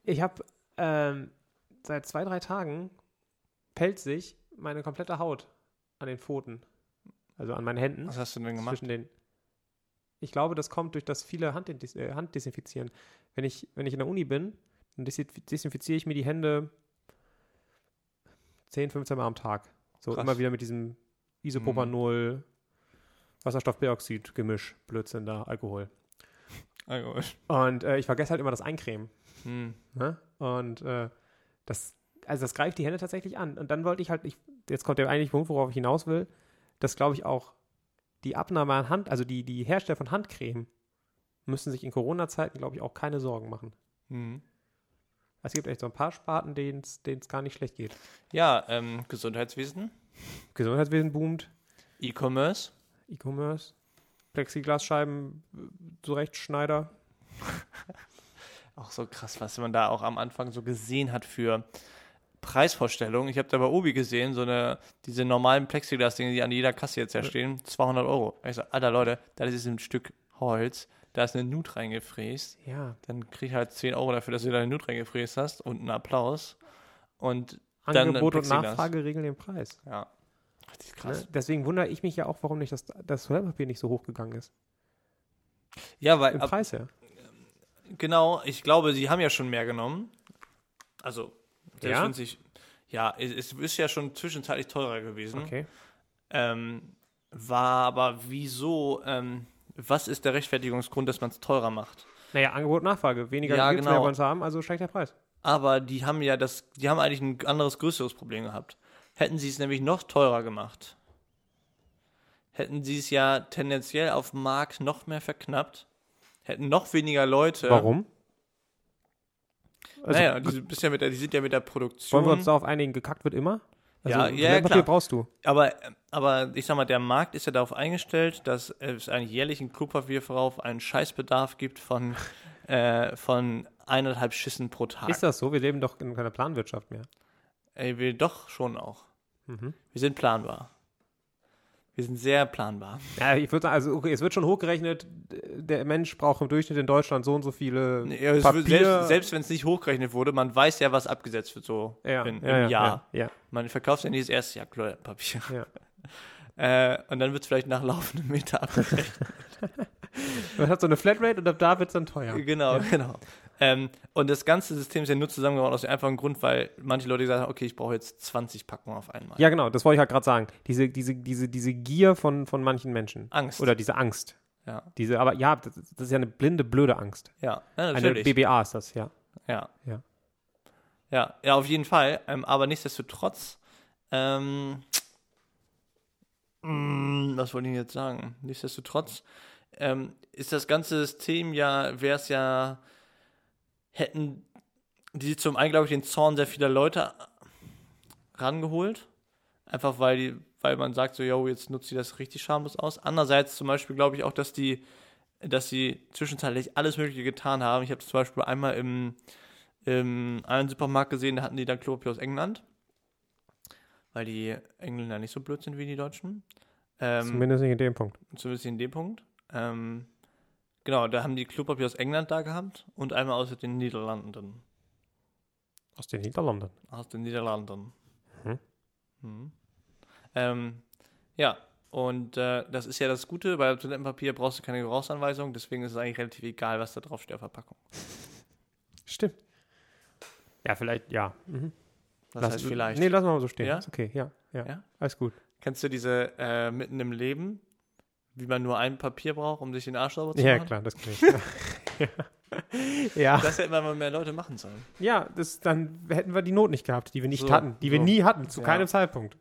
Speaker 1: Ich habe ähm, seit zwei, drei Tagen pellt sich meine komplette Haut an den Pfoten. Also an meinen Händen.
Speaker 2: was hast du denn gemacht?
Speaker 1: Zwischen den. Ich glaube, das kommt durch das viele Handdes äh, Handdesinfizieren. Wenn ich, wenn ich in der Uni bin, dann desinf- desinfiziere ich mir die Hände 10, 15 Mal am Tag. So
Speaker 2: Krass. Mhm.
Speaker 1: immer wieder mit diesem Isopropanol, Wasserstoffperoxid-Gemisch, Blödsinn da, Alkohol.
Speaker 2: Alkohol.
Speaker 1: Und äh, ich vergesse halt immer das Eincremen.
Speaker 2: Hm.
Speaker 1: Ne? Und äh, das, also das greift die Hände tatsächlich an. Und dann wollte ich halt, ich, jetzt kommt der eigentliche Punkt, worauf ich hinaus will, dass glaube ich auch die Abnahme an Hand, also die, die Hersteller von Handcreme müssen sich in Corona-Zeiten, glaube ich, auch keine Sorgen machen.
Speaker 2: Hm.
Speaker 1: Es gibt echt so ein paar Sparten, denen es gar nicht schlecht geht.
Speaker 2: Ja, ähm, Gesundheitswesen,
Speaker 1: Gesundheitswesen boomt,
Speaker 2: E-Commerce,
Speaker 1: E-Commerce, Plexiglasscheiben, äh, Zurechtschneider.
Speaker 2: auch so krass, was man da auch am Anfang so gesehen hat für Preisvorstellungen. Ich habe da bei Obi gesehen, so eine, diese normalen Plexiglas-Dinge, die an jeder Kasse jetzt ja stehen, 200 Euro. Ich so, alter Leute, da ist ein Stück Holz, da ist eine Nut reingefräst,
Speaker 1: Ja,
Speaker 2: dann krieg ich halt 10 Euro dafür, dass du da eine Nut reingefräst hast und einen Applaus. Und Dann
Speaker 1: Angebot und
Speaker 2: Plexiglas.
Speaker 1: Nachfrage regeln den Preis.
Speaker 2: ja, richtig krass.
Speaker 1: Ne? Deswegen wundere ich mich ja auch, warum nicht das, das Toilettenpapier nicht so hoch gegangen ist.
Speaker 2: Ja, weil
Speaker 1: Im
Speaker 2: Äh, ab, Hm?
Speaker 1: Preis her.
Speaker 2: Genau, ich glaube, sie haben ja schon mehr genommen. Also, selbst
Speaker 1: Ja?
Speaker 2: wenn sich. Ja, es, es ist ja schon zwischenzeitlich teurer gewesen.
Speaker 1: Okay.
Speaker 2: Ähm, war aber wieso, ähm, was ist der Rechtfertigungsgrund, dass man es teurer macht?
Speaker 1: Naja, Angebot und Nachfrage. Weniger
Speaker 2: Ja,
Speaker 1: gibt's,
Speaker 2: genau.
Speaker 1: mehr wollen sie haben, also steigt der Preis.
Speaker 2: Aber die haben ja das, die haben eigentlich ein anderes größeres Problem gehabt. Hätten sie es nämlich noch teurer gemacht, hätten sie es ja tendenziell auf dem Markt noch mehr verknappt, hätten noch weniger Leute.
Speaker 1: Warum? Also,
Speaker 2: naja, die sind, bist ja mit der, die sind ja mit der Produktion.
Speaker 1: wollen wir uns darauf einigen, gekackt wird immer?
Speaker 2: Ja,
Speaker 1: ein
Speaker 2: ja,
Speaker 1: Toilettenpapier
Speaker 2: klar.
Speaker 1: brauchst du.
Speaker 2: Aber, aber ich sag mal, der Markt ist ja darauf eingestellt, dass es einen jährlichen Klopapierverkauf einen Scheißbedarf gibt von, äh, von eineinhalb Schissen pro Tag.
Speaker 1: Ist das so? Wir leben doch in keiner Planwirtschaft mehr.
Speaker 2: Ey, wir doch schon auch.
Speaker 1: Mhm.
Speaker 2: Wir sind planbar. Wir sind sehr planbar.
Speaker 1: Ja, ich würde sagen, also okay, es wird schon hochgerechnet, der Mensch braucht im Durchschnitt in Deutschland so und so viele
Speaker 2: Ja, es wird-
Speaker 1: Papier.
Speaker 2: Selbst, selbst wenn es nicht hochgerechnet wurde, man weiß ja, was abgesetzt wird so
Speaker 1: ja,
Speaker 2: in, im
Speaker 1: ja, ja,
Speaker 2: Jahr.
Speaker 1: Ja, ja.
Speaker 2: Man verkauft ja nicht das erste Jahr Klopapier.
Speaker 1: Ja.
Speaker 2: Äh, und dann wird es vielleicht nach laufendem Meter abgerechnet.
Speaker 1: Man hat so eine Flatrate und ab da wird es dann teuer.
Speaker 2: Genau, genau. Ähm, und das ganze System ist ja nur zusammengebaut aus dem einfachen Grund, weil manche Leute gesagt haben, okay, ich brauche jetzt 20 Packungen auf einmal.
Speaker 1: Ja, genau, das wollte ich halt gerade sagen. Diese, diese, diese, diese Gier von, von manchen Menschen.
Speaker 2: Angst.
Speaker 1: Oder diese Angst.
Speaker 2: ja,
Speaker 1: Diese, aber ja, das, das ist ja eine blinde, blöde Angst.
Speaker 2: ja, ja
Speaker 1: Eine
Speaker 2: natürlich.
Speaker 1: BBA ist das, ja.
Speaker 2: ja.
Speaker 1: Ja.
Speaker 2: ja, ja, auf jeden Fall. Ähm, aber nichtsdestotrotz, ähm, mm, was wollte ich jetzt sagen? Nichtsdestotrotz ähm, ist das ganze System ja, wäre es ja, hätten die zum einen, glaube ich, den Zorn sehr vieler Leute rangeholt. Einfach weil, die, weil man sagt, so, yo, jetzt nutzt sie das richtig schamlos aus. Andererseits zum Beispiel glaube ich auch, dass die, dass sie zwischenzeitlich alles Mögliche getan haben. Ich habe es zum Beispiel einmal im, im einen Supermarkt gesehen, da hatten die dann Klopapier aus England. Weil die Engländer nicht so blöd sind wie die Deutschen. Ähm,
Speaker 1: Zumindest nicht in dem Punkt.
Speaker 2: zumindest in dem Punkt. Ähm, genau, da haben die Klopapier aus England da gehabt und einmal aus den Niederlanden.
Speaker 1: Aus den Niederlanden.
Speaker 2: Aus den Niederlanden.
Speaker 1: Mhm.
Speaker 2: Mhm. Ähm, ja, und äh, das ist ja das Gute, bei Toilettenpapier brauchst du keine Gebrauchsanweisung, deswegen ist es eigentlich relativ egal, was da draufsteht auf der Verpackung.
Speaker 1: Stimmt. Ja, vielleicht, ja. Mhm.
Speaker 2: Das
Speaker 1: Lass-
Speaker 2: heißt vielleicht.
Speaker 1: Nee, lassen wir mal so stehen.
Speaker 2: Ja?
Speaker 1: Ist okay, ja. Ja.
Speaker 2: Ja?
Speaker 1: Alles gut.
Speaker 2: Kennst du diese äh, mitten im Leben, wie man nur ein Papier braucht, um sich den Arsch sauber zu
Speaker 1: Ja,
Speaker 2: machen?
Speaker 1: klar, das kann ich. ja.
Speaker 2: Das hätten wir mal mehr Leute machen sollen.
Speaker 1: Ja, das, dann hätten wir die Not nicht gehabt, die wir nicht
Speaker 2: So,
Speaker 1: hatten, die wir
Speaker 2: so.
Speaker 1: nie hatten, zu
Speaker 2: Ja.
Speaker 1: keinem Zeitpunkt.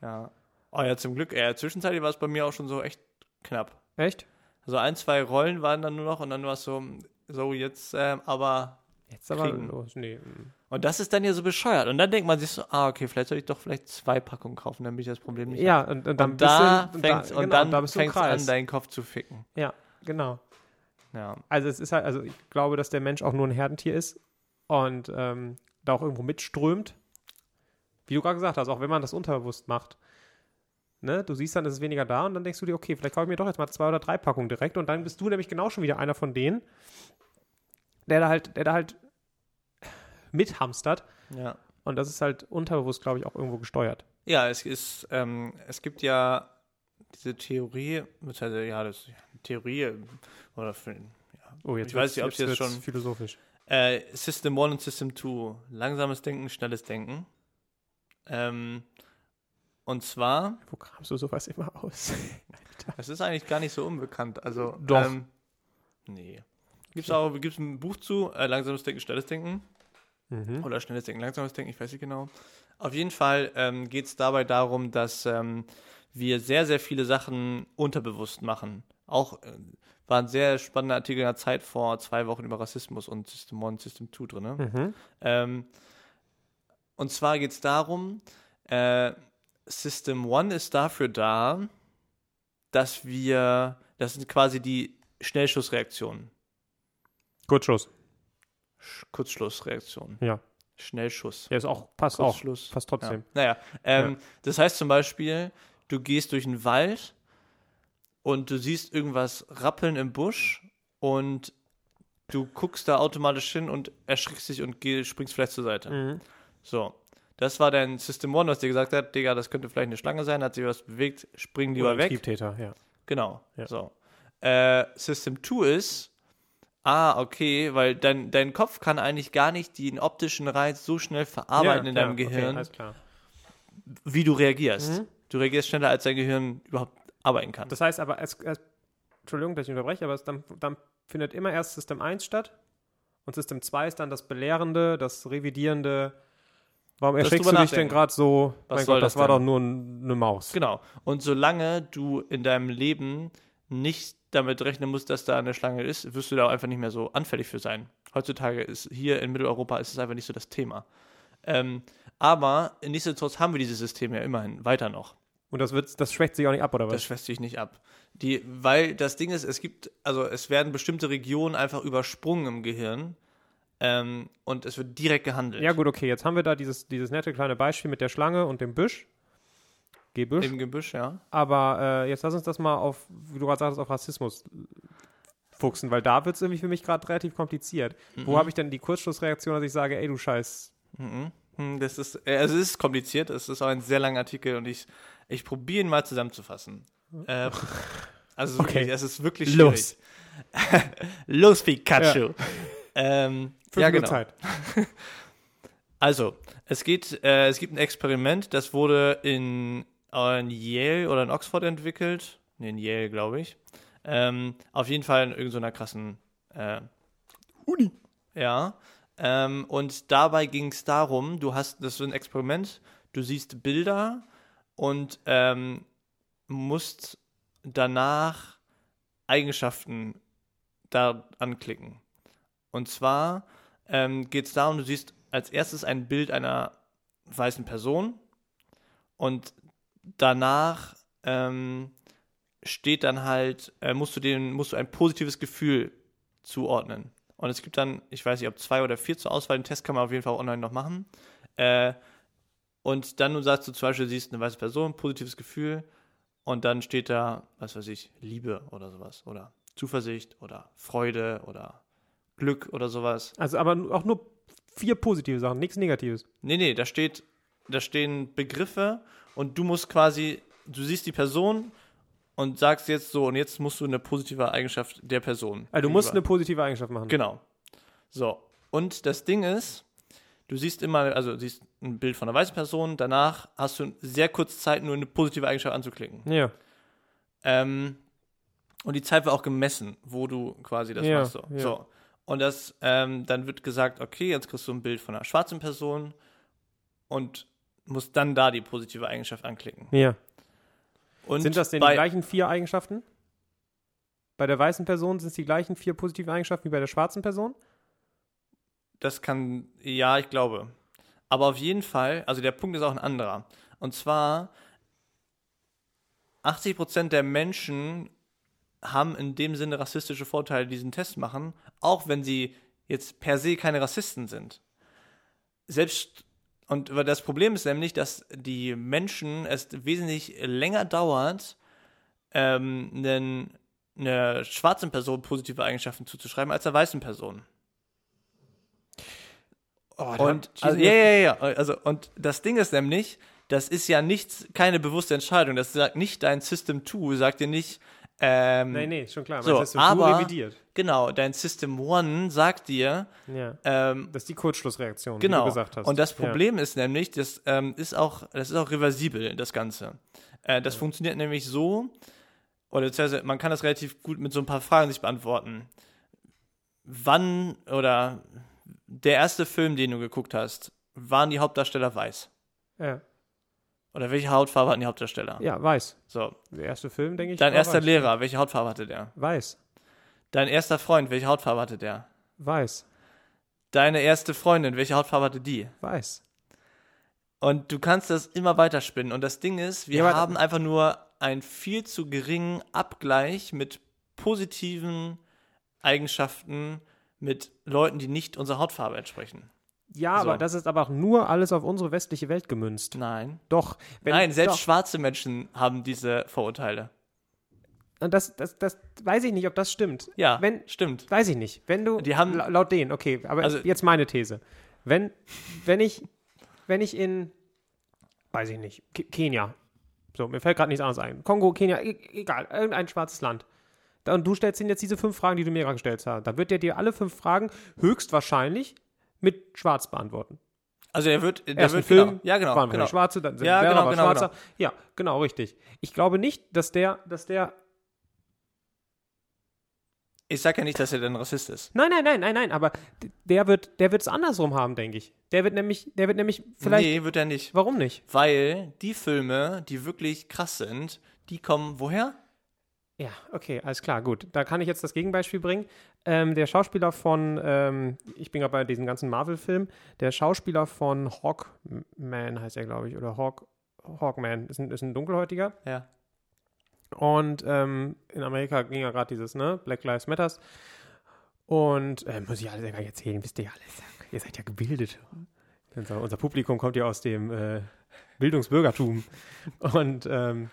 Speaker 2: Ja. Oh ja, zum Glück. Äh, zwischenzeitlich war es bei mir auch schon so echt knapp.
Speaker 1: Echt?
Speaker 2: Also ein, zwei Rollen waren dann nur noch und dann war es so, so jetzt, ähm, aber.
Speaker 1: Jetzt aber
Speaker 2: Kriegen.
Speaker 1: los. Nee. mm.
Speaker 2: Und das ist dann ja so bescheuert. Und dann denkt man sich so, ah, okay, vielleicht soll ich doch vielleicht zwei Packungen kaufen, damit ich das Problem nicht
Speaker 1: Ja, und, und dann
Speaker 2: Und da
Speaker 1: bist du,
Speaker 2: fängt's,
Speaker 1: genau,
Speaker 2: und dann
Speaker 1: da bist du im
Speaker 2: fängt's an,
Speaker 1: Kreis.
Speaker 2: deinen Kopf zu ficken.
Speaker 1: ja, genau.
Speaker 2: Ja.
Speaker 1: Also es ist halt, also ich glaube, dass der Mensch auch nur ein Herdentier ist und ähm, da auch irgendwo mitströmt. Wie du gerade gesagt hast, auch wenn man das unterbewusst macht. Ne? Du siehst dann, es ist weniger da und dann denkst du dir, okay, vielleicht kaufe ich mir doch jetzt mal zwei oder drei Packungen direkt und dann bist du nämlich genau schon wieder einer von denen, der da halt, der da halt mithamstert
Speaker 2: Ja.
Speaker 1: und das ist halt unterbewusst, glaube ich, auch irgendwo gesteuert.
Speaker 2: Ja, es ist, ähm, es gibt ja diese Theorie, beziehungsweise, ja, das Theorie oder für,
Speaker 1: Oh, jetzt
Speaker 2: Ich weiß nicht,
Speaker 1: wird's-
Speaker 2: ob's
Speaker 1: wird's
Speaker 2: jetzt schon-
Speaker 1: philosophisch.
Speaker 2: äh, System 1 und System 2. Langsames Denken, schnelles Denken. Ähm, und zwar,
Speaker 1: Wo kramst du sowas immer aus?
Speaker 2: es ist eigentlich gar nicht so unbekannt. Also,
Speaker 1: Doch.
Speaker 2: Ähm, nee. Gibt es auch gibt's ein Buch zu, äh, Langsames Denken, schnelles Denken?
Speaker 1: mhm.
Speaker 2: Oder schnelles Denken, langsames Denken, ich weiß nicht genau. Auf jeden Fall ähm, geht es dabei darum, dass ähm, wir sehr, sehr viele Sachen unterbewusst machen. Auch äh, war ein sehr spannender Artikel in der Zeit vor zwei Wochen über Rassismus und System 1 und System 2 drin. Ne?
Speaker 1: Mhm.
Speaker 2: Ähm, und zwar geht es darum, äh, System One ist dafür da, dass wir, das sind quasi die Schnellschussreaktionen,
Speaker 1: Gut, Schuss.
Speaker 2: Sch Kurzschlussreaktionen,
Speaker 1: Ja.
Speaker 2: Schnellschuss.
Speaker 1: Der ist auch, passt auch.
Speaker 2: Kurzschluss.
Speaker 1: Passt trotzdem.
Speaker 2: Ja. Naja, ähm, das heißt zum Beispiel, du gehst durch einen Wald und du siehst irgendwas rappeln im Busch und du guckst da automatisch hin und erschrickst dich und geh, springst vielleicht zur Seite.
Speaker 1: Mhm.
Speaker 2: So, das war dein System One, was dir gesagt hat, Digga, das könnte vielleicht eine Schlange sein, hat sich was bewegt, spring lieber
Speaker 1: Oder
Speaker 2: weg.
Speaker 1: Triebtäter, ja.
Speaker 2: Genau.
Speaker 1: Ja.
Speaker 2: So. Äh, System 2 ist, ah, okay, weil dein, dein Kopf kann eigentlich gar nicht den optischen Reiz so schnell verarbeiten
Speaker 1: ja,
Speaker 2: in deinem
Speaker 1: klar,
Speaker 2: Gehirn
Speaker 1: Okay, alles klar.
Speaker 2: wie du reagierst.
Speaker 1: Mhm.
Speaker 2: Du reagierst schneller, als dein Gehirn überhaupt arbeiten kann.
Speaker 1: Das heißt aber, es, es, Entschuldigung, dass ich unterbreche, aber es, dann, dann findet immer erst System 1 statt und System 2 ist dann das Belehrende, das Revidierende. Warum
Speaker 2: Das
Speaker 1: erschrickst du
Speaker 2: drüber
Speaker 1: dich denn
Speaker 2: nachdenken.
Speaker 1: gerade so?
Speaker 2: Was
Speaker 1: mein
Speaker 2: soll
Speaker 1: Gott, das,
Speaker 2: das
Speaker 1: war
Speaker 2: denn?
Speaker 1: doch nur n- eine Maus.
Speaker 2: genau. Und solange du in deinem Leben nicht damit rechnen musst, dass da eine Schlange ist, wirst du da auch einfach nicht mehr so anfällig für sein. Heutzutage ist hier in Mitteleuropa ist es einfach nicht so das Thema. Ähm, aber nichtsdestotrotz haben wir dieses System ja immerhin weiter noch.
Speaker 1: Und das, wird, das schwächt sich auch nicht ab, oder
Speaker 2: Das
Speaker 1: was?
Speaker 2: schwächt sich nicht ab. Die, weil das Ding ist, es gibt, also es werden bestimmte Regionen einfach übersprungen im Gehirn ähm, und es wird direkt gehandelt.
Speaker 1: Ja gut, okay, jetzt haben wir da dieses, dieses nette kleine Beispiel mit der Schlange und dem Büsch. Gebüsch.
Speaker 2: Im Gebüsch, ja.
Speaker 1: Aber äh, jetzt lass uns das mal auf, wie du gerade sagtest, auf Rassismus fuchsen, weil da wird es irgendwie für mich gerade relativ kompliziert. Wo habe ich denn die Kurzschlussreaktion, dass ich sage, ey, du Scheiß.
Speaker 2: Mhm. Hm, Das ist, äh, also es ist kompliziert, es ist auch ein sehr langer Artikel und ich, ich probiere ihn mal zusammenzufassen. Äh, also
Speaker 1: Okay.
Speaker 2: wirklich, es ist wirklich schwierig.
Speaker 1: Los.
Speaker 2: Los, Los Pikachu! Ähm,
Speaker 1: Fünf
Speaker 2: ja,
Speaker 1: Minuten
Speaker 2: genau.
Speaker 1: Zeit.
Speaker 2: Also, es geht, äh, es gibt ein Experiment, das wurde in, äh, in Yale oder in Oxford entwickelt. Nee, in Yale, glaube ich. Ähm, auf jeden Fall in irgendeiner krassen äh, Uni. Ja. Ähm, und dabei ging es darum, du hast, das ist so ein Experiment, du siehst Bilder und ähm, musst danach Eigenschaften da anklicken. Und zwar ähm, geht es darum, du siehst als erstes ein Bild einer weißen Person und danach ähm, steht dann halt, äh, musst du den, musst du ein positives Gefühl zuordnen. Und es gibt dann, ich weiß nicht, ob zwei oder vier zur Auswahl, den Test kann man auf jeden Fall online noch machen. Äh, und dann nun sagst du zum Beispiel, du siehst eine weiße Person, positives Gefühl, und dann steht da, was weiß ich, Liebe oder sowas, oder Zuversicht oder Freude oder Glück oder sowas.
Speaker 1: Also aber nu- auch nur vier positive Sachen, nichts Negatives.
Speaker 2: Nee, nee, da steht, da stehen Begriffe und du musst quasi, du siehst die Person und sagst jetzt so, und jetzt musst du eine positive Eigenschaft der Person. Genau.
Speaker 1: Also du musst eine
Speaker 2: gegenüber-
Speaker 1: positive Eigenschaft machen.
Speaker 2: Genau. So. Und das Ding ist, Du siehst immer, also siehst ein Bild von einer weißen Person, danach hast du sehr kurz Zeit, nur eine positive Eigenschaft anzuklicken.
Speaker 1: Ja.
Speaker 2: Ähm, und die Zeit wird auch gemessen, wo du quasi das
Speaker 1: Ja,
Speaker 2: machst. So.
Speaker 1: ja.
Speaker 2: so. Und das, ähm, dann wird gesagt, okay, jetzt kriegst du ein Bild von einer schwarzen Person und musst dann da die positive Eigenschaft anklicken.
Speaker 1: Ja.
Speaker 2: Und
Speaker 1: Sind das denn die
Speaker 2: bei,
Speaker 1: gleichen vier Eigenschaften? Bei der weißen Person sind es die gleichen vier positiven Eigenschaften wie bei der schwarzen Person?
Speaker 2: Das kann, ja, ich glaube. Aber auf jeden Fall, also der Punkt ist auch ein anderer. Und zwar, 80% der Menschen haben in dem Sinne rassistische Vorteile, die diesen Test machen, auch wenn sie jetzt per se keine Rassisten sind. Selbst, und aber das Problem ist nämlich, dass die Menschen es wesentlich länger dauert, ähm, einen, einer schwarzen Person positive Eigenschaften zuzuschreiben, als einer weißen Person.
Speaker 1: Oh,
Speaker 2: Und also, ja, ja, ja, also und das Ding ist nämlich, das ist ja nichts, keine bewusste Entscheidung. Das sagt nicht dein System 2, sagt dir nicht, ähm,
Speaker 1: Nee, nee, ist schon klar.
Speaker 2: So,
Speaker 1: Meinst du, das ist
Speaker 2: aber-
Speaker 1: nur revidiert.
Speaker 2: genau, dein System 1 sagt dir,
Speaker 1: Ja.
Speaker 2: ähm,
Speaker 1: Das ist die Kurzschlussreaktion,
Speaker 2: genau.
Speaker 1: die du gesagt hast.
Speaker 2: Und das
Speaker 1: Ja.
Speaker 2: Problem ist nämlich, das ähm, ist auch, das ist auch reversibel, das Ganze. Äh, das funktioniert nämlich so, oder beziehungsweise man kann das relativ gut mit so ein paar Fragen sich beantworten. Wann oder der erste Film, den du geguckt hast, waren die Hauptdarsteller weiß?
Speaker 1: Ja.
Speaker 2: Oder welche Hautfarbe hatten die Hauptdarsteller?
Speaker 1: ja, weiß.
Speaker 2: So.
Speaker 1: Der erste Film, denke ich.
Speaker 2: Dein
Speaker 1: war
Speaker 2: erster
Speaker 1: weiß.
Speaker 2: Lehrer, welche Hautfarbe hatte der?
Speaker 1: Weiß.
Speaker 2: Dein erster Freund, welche Hautfarbe hatte der?
Speaker 1: Weiß.
Speaker 2: Deine erste Freundin, welche Hautfarbe hatte die?
Speaker 1: Weiß.
Speaker 2: Und du kannst das immer weiterspinnen. Und das Ding ist, wir
Speaker 1: Ja, aber-
Speaker 2: haben einfach nur einen viel zu geringen Abgleich mit positiven Eigenschaften mit Leuten, die nicht unserer Hautfarbe entsprechen.
Speaker 1: Ja,
Speaker 2: So.
Speaker 1: aber das ist aber auch nur alles auf unsere westliche Welt gemünzt.
Speaker 2: Nein.
Speaker 1: Doch. wenn-
Speaker 2: Nein, selbst
Speaker 1: doch.
Speaker 2: schwarze Menschen haben diese Vorurteile.
Speaker 1: Und das, das, das weiß ich nicht, ob das stimmt.
Speaker 2: Ja,
Speaker 1: Wenn,
Speaker 2: stimmt.
Speaker 1: weiß ich nicht. Wenn du.
Speaker 2: Die haben-
Speaker 1: la- laut denen, okay, aber
Speaker 2: Also-
Speaker 1: jetzt meine These. Wenn, wenn ich, wenn ich in, weiß ich nicht, Ke- Kenia. So, mir fällt gerade nichts anderes ein. Kongo, Kenia, e egal, irgendein schwarzes Land. Da- Und du stellst ihnen jetzt diese fünf Fragen, die du mir gerade gestellt hast. Dann wird der dir alle fünf Fragen höchstwahrscheinlich mit Schwarz beantworten.
Speaker 2: Also er wird, der
Speaker 1: Erst
Speaker 2: wird
Speaker 1: ein Film,
Speaker 2: genau, ja genau,
Speaker 1: waren wir
Speaker 2: genau.
Speaker 1: Schwarze, dann sind
Speaker 2: Ja,
Speaker 1: Werner
Speaker 2: genau,
Speaker 1: war
Speaker 2: genau,
Speaker 1: Schwarzer. Ja, genau, richtig. Ich glaube nicht, dass der, dass der
Speaker 2: Ich sage ja nicht, dass er dann Rassist ist.
Speaker 1: Nein, nein, nein, nein, nein, aber d- der wird, der wird es andersrum haben, denke ich. Der wird nämlich, der wird nämlich vielleicht,
Speaker 2: nee, wird er nicht.
Speaker 1: warum nicht?
Speaker 2: Weil die Filme, die wirklich krass sind, die kommen woher?
Speaker 1: Ja, okay, alles klar, gut. Da kann ich jetzt das Gegenbeispiel bringen. Ähm, der Schauspieler von, ähm, ich bin gerade bei diesem ganzen Marvel-Film, der Schauspieler von Hawkman heißt er, glaube ich, oder Hawk, Hawkman, ist ein, ist ein Dunkelhäutiger.
Speaker 2: Ja.
Speaker 1: Und ähm, in Amerika ging ja gerade dieses, ne, Black Lives Matters. Und äh, muss ich alles ja gar nicht erzählen, wisst ihr ja alles. Ihr seid ja gebildet. Unser, unser Publikum kommt ja aus dem äh, Bildungsbürgertum. Und ähm,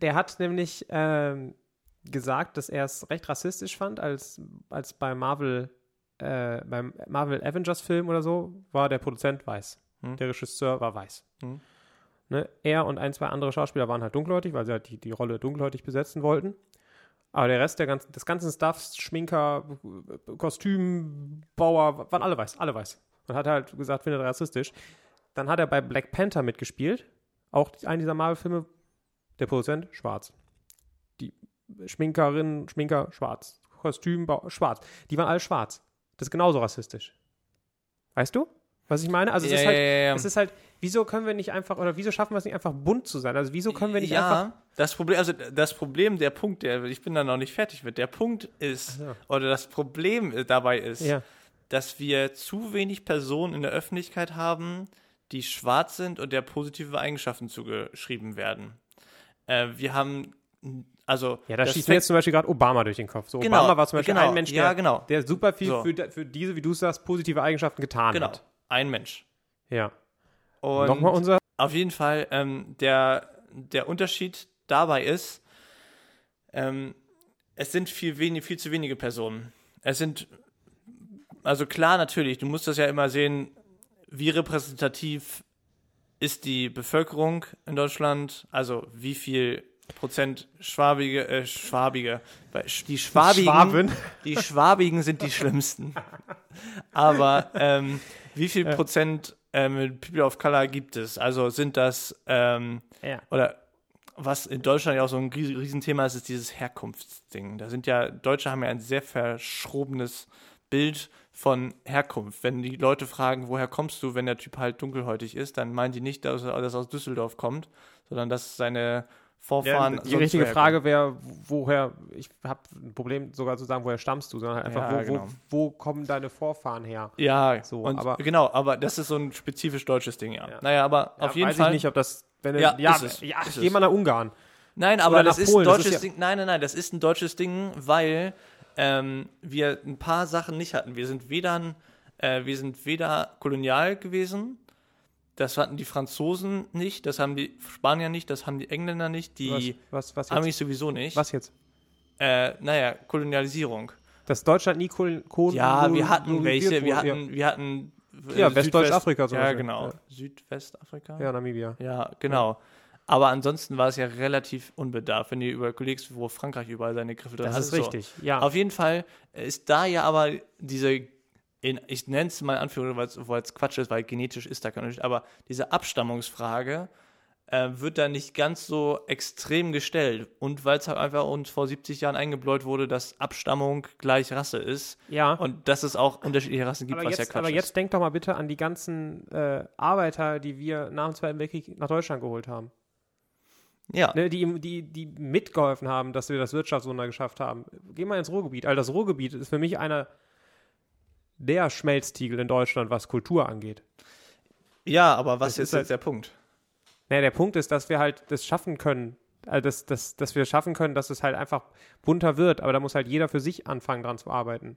Speaker 1: der hat nämlich ähm, gesagt, dass er es recht rassistisch fand, als, als bei Marvel, äh, beim Marvel Avengers Film oder so, war der Produzent weiß.
Speaker 2: Hm.
Speaker 1: Der Regisseur war weiß.
Speaker 2: Hm.
Speaker 1: Ne? Er und ein, zwei andere Schauspieler waren halt dunkelhäutig, weil sie halt die, die Rolle dunkelhäutig besetzen wollten. Aber der Rest der ganzen, des ganzen Stuffs, Schminker, Kostümbauer, waren alle weiß, alle weiß. Und hat halt gesagt, findet rassistisch. Dann hat er bei Black Panther mitgespielt. Auch einen dieser Marvel-Filme. Der Produzent, schwarz. Die Schminkerin, Schminker, schwarz. Kostümbauer, schwarz. Die waren alle schwarz. Das ist genauso rassistisch. Weißt du, was ich meine? Also es
Speaker 2: Ja,
Speaker 1: ist halt,
Speaker 2: ja, ja, ja.
Speaker 1: es ist halt, wieso können wir nicht einfach, oder wieso schaffen wir es nicht einfach bunt zu sein? Also wieso können wir nicht
Speaker 2: ja,
Speaker 1: einfach
Speaker 2: das Problem, also das Problem, der Punkt, der, ich bin da noch nicht fertig mit, der Punkt ist,
Speaker 1: Ach
Speaker 2: oder das Problem äh, dabei ist,
Speaker 1: Ja,
Speaker 2: dass wir zu wenig Personen in der Öffentlichkeit haben, die schwarz sind und der positive Eigenschaften zugeschrieben werden. Äh, wir haben, also,
Speaker 1: ja da
Speaker 2: das
Speaker 1: schießt
Speaker 2: fängt-
Speaker 1: mir jetzt zum Beispiel gerade Obama durch den Kopf. So,
Speaker 2: Genau,
Speaker 1: Obama war zum Beispiel
Speaker 2: genau,
Speaker 1: ein Mensch, der,
Speaker 2: ja, genau.
Speaker 1: der super viel
Speaker 2: So.
Speaker 1: für, für diese, wie du sagst, positive Eigenschaften getan
Speaker 2: genau,
Speaker 1: hat.
Speaker 2: ein Mensch.
Speaker 1: Ja.
Speaker 2: Und
Speaker 1: Nochmal unser.
Speaker 2: Auf jeden Fall, ähm, der, der Unterschied dabei ist, ähm, es sind viel, wenig, viel zu wenige Personen. Es sind, also klar, natürlich, du musst das ja immer sehen, wie repräsentativ ist die Bevölkerung in Deutschland, also wie viel Prozent Schwabige, äh, Schwabige. Weil sch- Die Schwabigen,
Speaker 1: Schwaben.
Speaker 2: die Schwabigen sind die schlimmsten. Aber ähm, wie viel Prozent ähm, People of Color gibt es? Also sind das, ähm,
Speaker 1: Ja.
Speaker 2: oder was in Deutschland ja auch so ein ries- Riesenthema ist, ist dieses Herkunftsding. Da sind ja, Deutsche haben ja ein sehr verschrobenes Bild von Herkunft. Wenn die Leute fragen, woher kommst du, wenn der Typ halt dunkelhäutig ist, dann meinen die nicht, dass er dass er aus Düsseldorf kommt, sondern dass seine Vorfahren.
Speaker 1: die
Speaker 2: sonst
Speaker 1: richtige
Speaker 2: woher
Speaker 1: Frage wäre, woher, ich habe ein Problem sogar zu sagen, woher stammst du, sondern halt einfach,
Speaker 2: Ja,
Speaker 1: wo,
Speaker 2: genau.
Speaker 1: wo, wo kommen deine Vorfahren her?
Speaker 2: kommen. Ja,
Speaker 1: So,
Speaker 2: so, und,
Speaker 1: aber-
Speaker 2: aber, genau, aber das ist so ein spezifisch deutsches Ding, ja.
Speaker 1: Ja.
Speaker 2: Naja, aber
Speaker 1: Ja,
Speaker 2: auf jeden
Speaker 1: weiß
Speaker 2: Fall.
Speaker 1: ich nicht, ob das, wenn du,
Speaker 2: Ja,
Speaker 1: ja,
Speaker 2: ist es.
Speaker 1: ja
Speaker 2: Ist es.
Speaker 1: geh mal nach Ungarn.
Speaker 2: Nein, aber
Speaker 1: Oder
Speaker 2: das
Speaker 1: nach
Speaker 2: ist ein
Speaker 1: Polen, das
Speaker 2: deutsches
Speaker 1: ist ja-
Speaker 2: Ding. Nein, nein, nein, das ist ein deutsches Ding, weil ähm, wir ein paar Sachen nicht hatten. Wir sind weder, ein- äh, wir sind weder kolonial gewesen, das hatten die Franzosen nicht, das haben die Spanier nicht, das haben die Engländer nicht, die
Speaker 1: was, was, was jetzt?
Speaker 2: Amis sowieso nicht.
Speaker 1: Was jetzt?
Speaker 2: Äh, naja, Kolonialisierung.
Speaker 1: Dass Deutschland nie Kohlen. Kohlen
Speaker 2: Ja, wir hatten
Speaker 1: kolonisiert
Speaker 2: welche, wir
Speaker 1: wurde.
Speaker 2: hatten, wir hatten. äh,
Speaker 1: Ja, Westdeutschafrika
Speaker 2: Südwest-
Speaker 1: zum
Speaker 2: Ja,
Speaker 1: Beispiel.
Speaker 2: genau.
Speaker 1: Ja.
Speaker 2: Südwestafrika?
Speaker 1: Ja, ja Namibia.
Speaker 2: Ja, genau. Aber ansonsten war es ja relativ unbedarft, wenn ihr überlegst, wo Frankreich überall seine Griffe drin
Speaker 1: Das,
Speaker 2: hat.
Speaker 1: ist
Speaker 2: So.
Speaker 1: richtig. Ja.
Speaker 2: Auf jeden Fall ist da ja aber diese, in, ich nenne es mal in Anführungszeichen, weil es Quatsch ist, weil genetisch ist da kein Unterschied, aber diese Abstammungsfrage äh, wird da nicht ganz so extrem gestellt. Und weil es halt einfach uns vor 70 Jahren eingebläut wurde, dass Abstammung gleich Rasse ist
Speaker 1: ja.
Speaker 2: und dass es auch unterschiedliche Rassen gibt,
Speaker 1: aber
Speaker 2: was
Speaker 1: jetzt,
Speaker 2: ja Quatsch
Speaker 1: aber
Speaker 2: ist.
Speaker 1: jetzt denk doch mal bitte an die ganzen äh, Arbeiter, die wir nach dem Zweiten Weltkrieg nach Deutschland geholt haben.
Speaker 2: Ja,
Speaker 1: Ne, die, ihm- die, die mitgeholfen haben, dass wir das Wirtschaftswunder geschafft haben. Geh mal ins Ruhrgebiet. Also das Ruhrgebiet ist für mich einer der Schmelztiegel in Deutschland, was Kultur angeht.
Speaker 2: ja aber was
Speaker 1: Das
Speaker 2: ist
Speaker 1: ist halt-
Speaker 2: jetzt der Punkt?
Speaker 1: Naja, der Punkt ist, dass wir halt das schaffen können. Also dass, dass, dass wir schaffen können, dass es halt einfach bunter wird, aber da muss halt jeder für sich anfangen, dran zu arbeiten.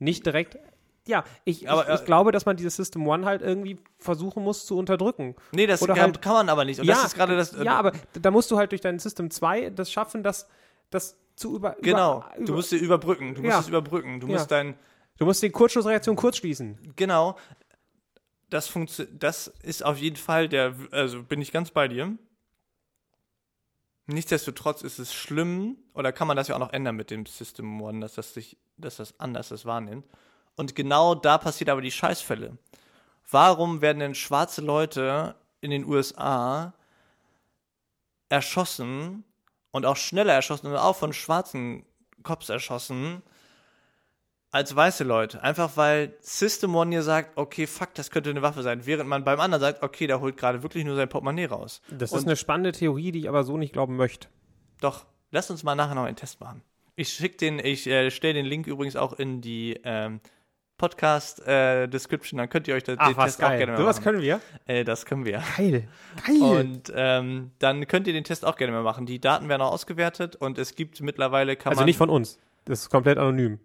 Speaker 1: Nicht direkt. Ja, ich,
Speaker 2: Aber,
Speaker 1: ich, ich
Speaker 2: äh,
Speaker 1: glaube, dass man dieses System One halt irgendwie versuchen muss zu unterdrücken.
Speaker 2: Nee, das
Speaker 1: Oder
Speaker 2: kann,
Speaker 1: halt-
Speaker 2: kann man aber nicht. Und das ist gerade das. äh,
Speaker 1: ja, aber d- da musst du halt durch dein System 2 das schaffen, das, das zu über.
Speaker 2: Genau,
Speaker 1: Über,
Speaker 2: du musst sie überbrücken. Du musst
Speaker 1: Ja.
Speaker 2: es überbrücken. Du
Speaker 1: Ja.
Speaker 2: musst dein.
Speaker 1: du musst die Kurzschlussreaktion kurz schließen.
Speaker 2: Genau. Das funktioniert. Das ist auf jeden Fall der. Also bin ich ganz bei dir. Nichtsdestotrotz ist es schlimm, oder kann man das ja auch noch ändern mit dem System One, dass das sich, dass das anders das wahrnimmt. Und genau da passiert aber die Scheißfälle. Warum werden denn schwarze Leute in den USA erschossen und auch schneller erschossen und auch von schwarzen Cops erschossen als weiße Leute? Einfach weil System One hier sagt, okay, fuck, das könnte eine Waffe sein, während man beim anderen sagt, okay, der holt gerade wirklich nur sein Portemonnaie raus.
Speaker 1: Das
Speaker 2: Und-
Speaker 1: ist eine spannende Theorie, die ich aber so nicht glauben möchte.
Speaker 2: doch, lass uns mal nachher noch einen Test machen. Ich schick den, ich äh, stelle den Link übrigens auch in die ähm, Podcast-Description, dann könnt ihr euch da, den Test auch gerne mal
Speaker 1: So was
Speaker 2: machen.
Speaker 1: können wir.
Speaker 2: äh, das können wir.
Speaker 1: Ah, Geil. Geil.
Speaker 2: Und ähm, dann könnt ihr den Test auch gerne mal machen. Die Daten werden auch ausgewertet und es gibt mittlerweile kann
Speaker 1: also
Speaker 2: man
Speaker 1: nicht von uns. Das ist komplett anonym.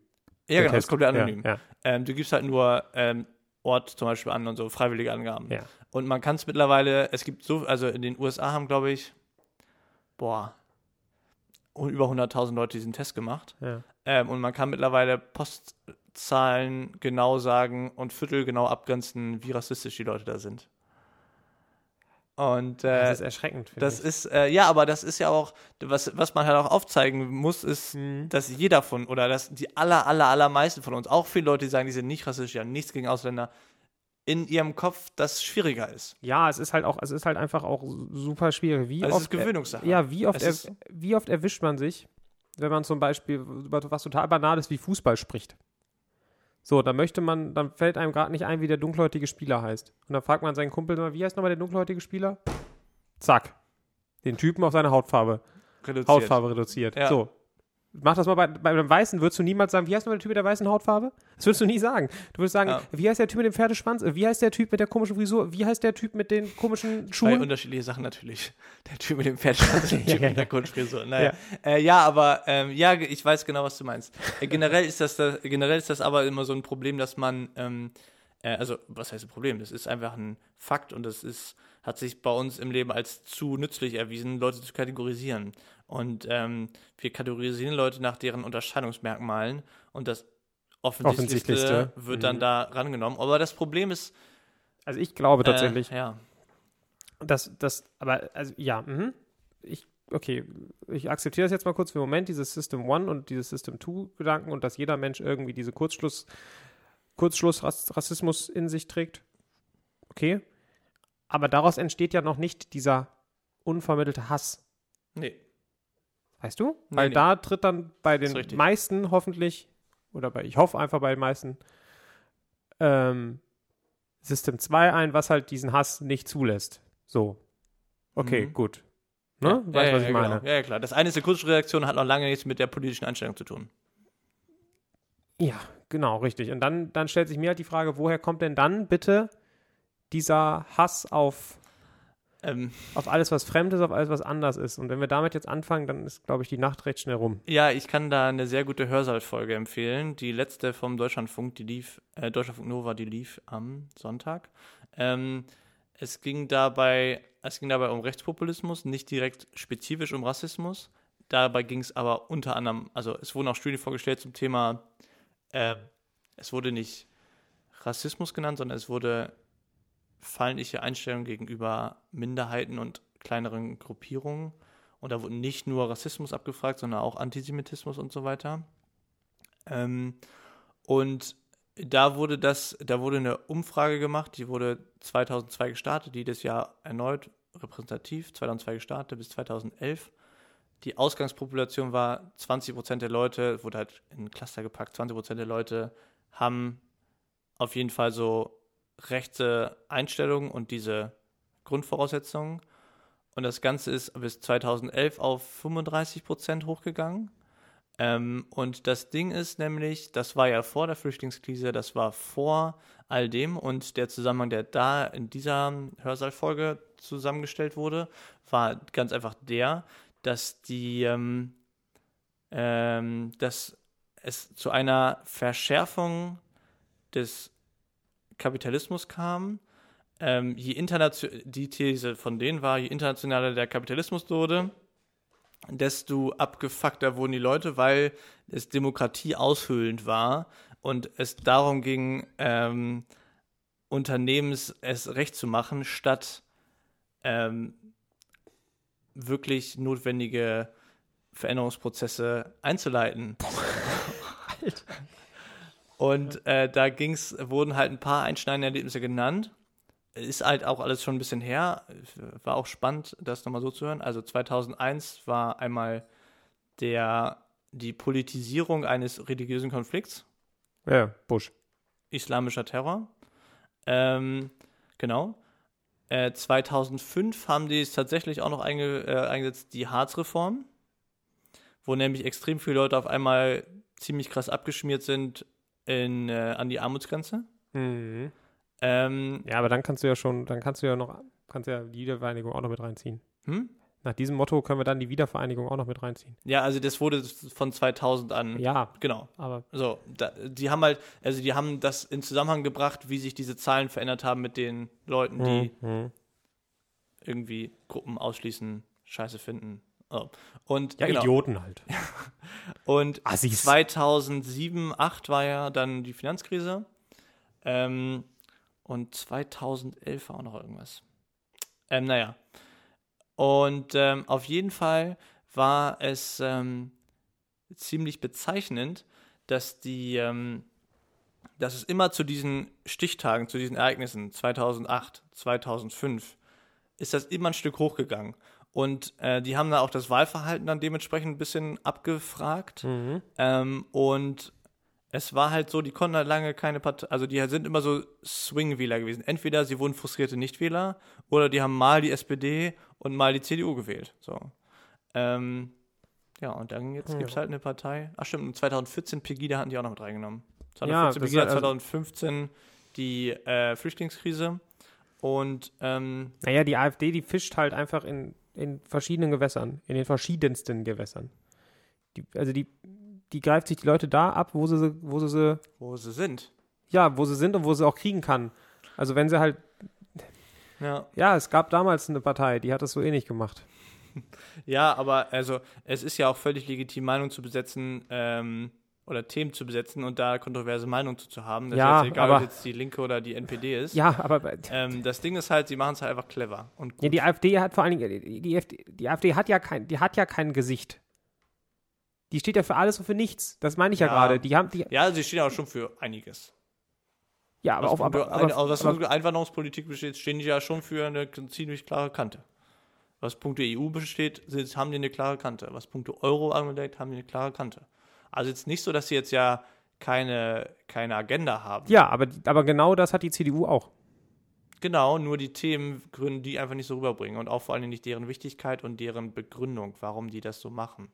Speaker 2: ja
Speaker 1: Der
Speaker 2: genau, es
Speaker 1: Test.
Speaker 2: kommt ja anonym.
Speaker 1: Ja,
Speaker 2: Ähm, du gibst halt nur ähm, Ort zum Beispiel an und so freiwillige Angaben.
Speaker 1: ja, ja.
Speaker 2: Und man kann es mittlerweile, es gibt so, also in den USA haben, glaube ich, boah, über 100.000 Leute diesen Test gemacht.
Speaker 1: Ja.
Speaker 2: Ähm, und man kann mittlerweile Postzahlen genau sagen und Viertel genau abgrenzen, wie rassistisch die Leute da sind.
Speaker 1: Das ist
Speaker 2: Und äh, das ist,
Speaker 1: erschreckend. finde ich.
Speaker 2: äh, ja, aber das ist ja auch, was, was man halt auch aufzeigen muss, ist,
Speaker 1: Mhm.
Speaker 2: dass jeder von oder dass die aller, aller, allermeisten von uns, auch viele Leute, die sagen, die sind nicht rassistisch, die haben nichts gegen Ausländer, in ihrem Kopf das schwieriger ist.
Speaker 1: ja, es ist halt auch, es ist halt einfach auch super schwierig. Wie
Speaker 2: Also es
Speaker 1: oft,
Speaker 2: ist Gewöhnungssache.
Speaker 1: ja, wie oft,
Speaker 2: Es ist-
Speaker 1: er, wie oft erwischt man sich, wenn man zum Beispiel über was total Banales wie Fußball spricht? So, dann möchte man, dann fällt einem gerade nicht ein, wie der dunkelhäutige Spieler heißt. Und dann fragt man seinen Kumpel immer, wie heißt nochmal der dunkelhäutige Spieler? Zack. Den Typen auf seine Hautfarbe.
Speaker 2: reduziert.
Speaker 1: Hautfarbe reduziert.
Speaker 2: Ja.
Speaker 1: So. Mach das mal bei, bei einem Weißen, würdest du niemals sagen, wie heißt nochmal der Typ mit der weißen Hautfarbe? Das würdest du nie sagen. Du würdest sagen,
Speaker 2: Ja.
Speaker 1: wie heißt der Typ mit dem Pferdeschwanz? Wie heißt der Typ mit der komischen Frisur? Wie heißt der Typ mit den komischen
Speaker 2: Zwei
Speaker 1: Schuhen?
Speaker 2: unterschiedliche Sachen natürlich. Der Typ mit dem Pferdschwanz und der Typ
Speaker 1: ja,
Speaker 2: mit der Kurzfrisur. Naja. Äh, ja, aber ähm, ja, ge- ich weiß genau, was du meinst. Äh, generell, ist das, das, generell ist das aber immer so ein Problem, dass man, ähm, äh, also was heißt ein Problem? Das ist einfach ein Fakt und das ist, hat sich bei uns im Leben als zu nützlich erwiesen, Leute zu kategorisieren. Und ähm, wir kategorisieren Leute nach deren Unterscheidungsmerkmalen und das Offensichtlichste,
Speaker 1: Offensichtlichste.
Speaker 2: wird
Speaker 1: Mhm.
Speaker 2: dann da rangenommen. Aber das Problem ist
Speaker 1: Also ich glaube tatsächlich,
Speaker 2: Äh, ja.
Speaker 1: dass das, aber also ja, mhm. ich okay, ich akzeptiere das jetzt mal kurz für den Moment, dieses System One und dieses System Two Gedanken und dass jeder Mensch irgendwie diese Kurzschluss, Kurzschlussrassismus in sich trägt. Okay. Aber daraus entsteht ja noch nicht dieser unvermittelte Hass.
Speaker 2: Nee.
Speaker 1: Weißt du?
Speaker 2: Nee,
Speaker 1: Weil
Speaker 2: nee.
Speaker 1: da tritt dann bei den
Speaker 2: Ist richtig.
Speaker 1: meisten hoffentlich, oder bei, ich hoffe einfach bei den meisten, ähm, System 2 ein, was halt diesen Hass nicht zulässt. So. Okay,
Speaker 2: Mhm.
Speaker 1: gut. Ne?
Speaker 2: Ja,
Speaker 1: weißt du,
Speaker 2: ja,
Speaker 1: was ich
Speaker 2: ja,
Speaker 1: meine?
Speaker 2: Genau. Ja, ja, klar. Das eine ist eine Kurzreaktion, hat noch lange nichts mit der politischen Einstellung zu tun.
Speaker 1: Ja, genau, richtig. Und dann, dann stellt sich mir halt die Frage, woher kommt denn dann bitte dieser Hass auf,
Speaker 2: Ähm,
Speaker 1: auf alles, was fremd ist, auf alles, was anders ist? Und wenn wir damit jetzt anfangen, dann ist, glaube ich, die Nacht recht schnell rum.
Speaker 2: ja, ich kann da eine sehr gute Hörsaalfolge empfehlen. Die letzte vom Deutschlandfunk, die lief, äh, Deutschlandfunk Nova, die lief am Sonntag. Ähm, es ging dabei, es ging dabei um Rechtspopulismus, nicht direkt spezifisch um Rassismus. Dabei ging es aber unter anderem, also es wurden auch Studien vorgestellt zum Thema, äh, es wurde nicht Rassismus genannt, sondern es wurde feindliche Einstellung gegenüber Minderheiten und kleineren Gruppierungen. Und da wurden nicht nur Rassismus abgefragt, sondern auch Antisemitismus und so weiter. Ähm, und da wurde das, da wurde eine Umfrage gemacht, die wurde 2002 gestartet, jedes Jahr erneut repräsentativ, 2002 gestartet bis 2011. Die Ausgangspopulation war 20% der Leute, wurde halt in ein Cluster gepackt, 20% der Leute haben auf jeden Fall so rechte Einstellungen und diese Grundvoraussetzungen. Und das Ganze ist bis 2011 auf 35 Prozent hochgegangen. Ähm, und das Ding ist nämlich, das war ja vor der Flüchtlingskrise, das war vor all dem. Und der Zusammenhang, der da in dieser Hörsaalfolge zusammengestellt wurde, war ganz einfach der, dass die, ähm, ähm, dass es zu einer Verschärfung des Kapitalismus kam. Ähm, je internation die These von denen war, je internationaler der Kapitalismus wurde, desto abgefuckter wurden die Leute, weil es Demokratie aushöhlend war und es darum ging, ähm, Unternehmens es recht zu machen, statt ähm, wirklich notwendige Veränderungsprozesse einzuleiten. Und äh, da ging's, wurden halt ein paar einschneidende Erlebnisse genannt. Ist halt auch alles schon ein bisschen her. War auch spannend, das nochmal so zu hören. Also 2001 war einmal der, die Politisierung eines religiösen Konflikts
Speaker 1: Ja, Busch.
Speaker 2: islamischer Terror. Ähm, genau. Äh, 2005 haben die es tatsächlich auch noch einge äh, eingesetzt, die Harzreform, wo nämlich extrem viele Leute auf einmal ziemlich krass abgeschmiert sind in, äh, an die Armutsgrenze.
Speaker 1: Mhm.
Speaker 2: Ähm,
Speaker 1: Ja, aber dann kannst du ja schon, dann kannst du ja noch, kannst ja die Wiedervereinigung auch noch mit reinziehen.
Speaker 2: hm?
Speaker 1: Nach diesem Motto können wir dann die Wiedervereinigung auch noch mit reinziehen.
Speaker 2: Ja, also das wurde von 2000 an.
Speaker 1: Ja,
Speaker 2: Genau.
Speaker 1: aber
Speaker 2: So, da, die haben halt, also die haben das in Zusammenhang gebracht, wie sich diese Zahlen verändert haben mit den Leuten, die
Speaker 1: Mhm.
Speaker 2: irgendwie Gruppen ausschließen, Scheiße finden. Oh. Und
Speaker 1: Ja,
Speaker 2: genau.
Speaker 1: Idioten halt. Ah,
Speaker 2: Und
Speaker 1: Assis.
Speaker 2: 2007, 2008 war ja dann die Finanzkrise. Ähm, und 2011 war auch noch irgendwas. Ähm, naja. Und ähm, auf jeden Fall war es ähm, ziemlich bezeichnend, dass die, ähm, dass es immer zu diesen Stichtagen, zu diesen Ereignissen 2008, 2005, ist das immer ein Stück hochgegangen. Und äh, die haben da auch das Wahlverhalten dann dementsprechend ein bisschen abgefragt.
Speaker 1: Mhm.
Speaker 2: Ähm, und es war halt so, die konnten halt lange keine Partei, also die sind immer so Swing-Wähler gewesen. Entweder sie wurden frustrierte Nichtwähler oder die haben mal die SPD und mal die CDU gewählt. So. Ähm, ja, und dann jetzt
Speaker 1: Ja.
Speaker 2: gibt es halt eine Partei. Ach stimmt, und 2014 Pegida hatten die auch noch mit reingenommen.
Speaker 1: Ja,
Speaker 2: 2014
Speaker 1: das
Speaker 2: Pegida,
Speaker 1: ist also-
Speaker 2: 2015 die äh, Flüchtlingskrise. Und ähm,
Speaker 1: Naja, die AfD, die fischt halt einfach in, in verschiedenen Gewässern, in den verschiedensten Gewässern. Die, also die, die greift sich die Leute da ab, wo sie, sie- wo sie sie,
Speaker 2: wo sie sind.
Speaker 1: ja, wo sie sind und wo sie auch kriegen kann. Also wenn sie halt,
Speaker 2: Ja.
Speaker 1: ja, es gab damals eine Partei, die hat das so ähnlich gemacht.
Speaker 2: Ja, aber also es ist ja auch völlig legitim, Meinung zu besetzen, ähm, oder Themen zu besetzen und da kontroverse Meinungen zu, zu haben. Das
Speaker 1: Ja,
Speaker 2: ist egal,
Speaker 1: aber-
Speaker 2: ob jetzt die Linke oder die NPD ist.
Speaker 1: Ja, aber
Speaker 2: Ähm, das Ding ist halt, sie machen es halt einfach clever und
Speaker 1: ja,
Speaker 2: gut.
Speaker 1: die AfD hat vor allen Dingen, äh, die, die, AfD die AfD hat ja kein, die hat ja kein Gesicht. Die steht ja für alles und für nichts. Das meine ich ja,
Speaker 2: Ja.
Speaker 1: gerade. Die haben, die,
Speaker 2: Ja, sie stehen auch schon für einiges.
Speaker 1: ja, aber
Speaker 2: Was
Speaker 1: auf,
Speaker 2: unsere
Speaker 1: aber, aber,
Speaker 2: Ein- was
Speaker 1: aber,
Speaker 2: unsere Einwanderungspolitik besteht, stehen die ja schon für eine k- ziemlich klare Kante. Was Punkte EU besteht, sind, haben die eine klare Kante. Was Punkte Euro angelegt, haben die eine klare Kante. Also jetzt nicht so, dass sie jetzt ja keine, keine Agenda haben.
Speaker 1: ja, aber, aber genau das hat die CDU auch.
Speaker 2: Genau, nur die Themen gründen die einfach nicht so rüberbringen und auch vor allen Dingen nicht deren Wichtigkeit und deren Begründung, warum die das so machen.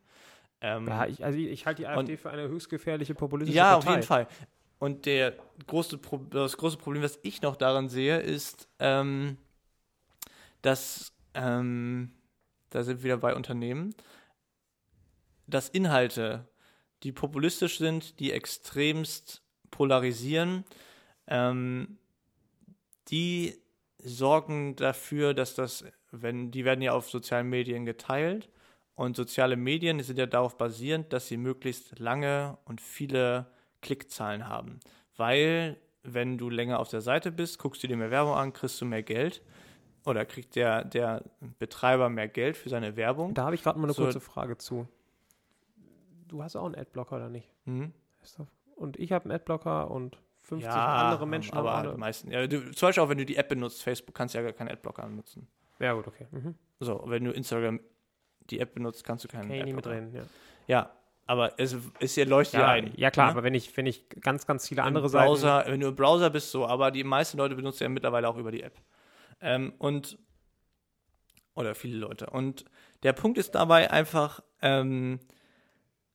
Speaker 2: Ähm,
Speaker 1: Ja, ich, also ich, ich halte die AfD
Speaker 2: Und-
Speaker 1: für eine höchst gefährliche populistische
Speaker 2: Ja, auf
Speaker 1: Partei.
Speaker 2: jeden Fall. Und der große Pro das große Problem, was ich noch daran sehe, ist, ähm, dass, ähm, da sind wir wieder bei Unternehmen, dass Inhalte, die populistisch sind, die extremst polarisieren, ähm, die sorgen dafür, dass das, wenn, die werden ja auf sozialen Medien geteilt und soziale Medien sind ja darauf basierend, dass sie möglichst lange und viele Klickzahlen haben. Weil, wenn du länger auf der Seite bist, guckst du dir mehr Werbung an, kriegst du mehr Geld oder kriegt der, der Betreiber mehr Geld für seine Werbung.
Speaker 1: Da habe ich gerade mal eine
Speaker 2: So.
Speaker 1: kurze Frage zu. Du hast auch einen Adblocker oder nicht?
Speaker 2: Hm?
Speaker 1: Ist doch- Und ich habe einen Adblocker und 50
Speaker 2: Ja,
Speaker 1: andere Menschen
Speaker 2: aber halt
Speaker 1: haben
Speaker 2: die
Speaker 1: eine.
Speaker 2: meisten. Ja, du, zum Beispiel auch, wenn du die App benutzt, Facebook kannst du ja gar keinen Adblocker nutzen.
Speaker 1: Ja, gut, okay. Mhm.
Speaker 2: So, wenn du Instagram die App benutzt, kannst du keinen
Speaker 1: Kann ich nicht
Speaker 2: Adblocker.
Speaker 1: mitreden, ja.
Speaker 2: Ja, aber es, es hier leuchtet ja,
Speaker 1: Ja,
Speaker 2: ein.
Speaker 1: ja klar,
Speaker 2: ne?
Speaker 1: aber wenn ich, wenn ich ganz, ganz viele andere
Speaker 2: Im
Speaker 1: Seiten...
Speaker 2: Browser, Wenn du im Browser bist, so, aber die meisten Leute benutzen ja mittlerweile auch über die App. Ähm, und oder viele Leute. Und der Punkt ist dabei einfach, ähm,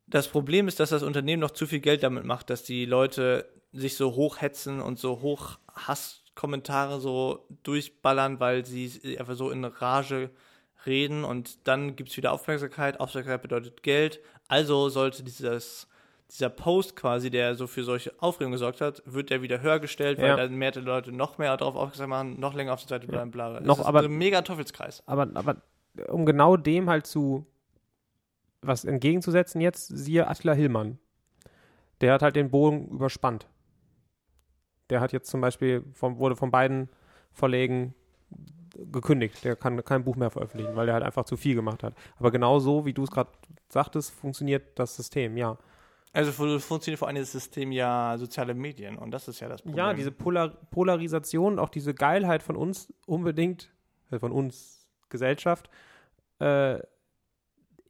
Speaker 2: das Problem ist, dass das Unternehmen noch zu viel Geld damit macht, dass die Leute sich so hochhetzen und so hoch Hasskommentare so durchballern, weil sie äh, einfach so in Rage reden und dann gibt es wieder Aufmerksamkeit. Aufmerksamkeit bedeutet Geld. Also sollte dieses, dieser Post quasi, der so für solche Aufregung gesorgt hat, wird der wieder höher gestellt, weil
Speaker 1: Ja.
Speaker 2: dann mehr Leute noch mehr darauf aufmerksam machen, noch länger auf der Seite bleiben, bla bla. Es
Speaker 1: Noch
Speaker 2: ist
Speaker 1: aber-
Speaker 2: ein mega Teufelskreis.
Speaker 1: Aber, aber um genau dem halt zu was entgegenzusetzen jetzt, siehe Attila Hillmann. Der hat halt den Bogen überspannt. Der hat jetzt zum Beispiel, von, wurde von beiden Verlegen gekündigt. Der kann kein Buch mehr veröffentlichen, weil der halt einfach zu viel gemacht hat. Aber genau so, wie du es gerade sagtest, funktioniert das System, ja.
Speaker 2: Also fu- funktioniert vor allem das System ja soziale Medien und das ist ja das Problem.
Speaker 1: Ja, diese Polar Polarisation und auch diese Geilheit von uns unbedingt, äh, von uns Gesellschaft, äh,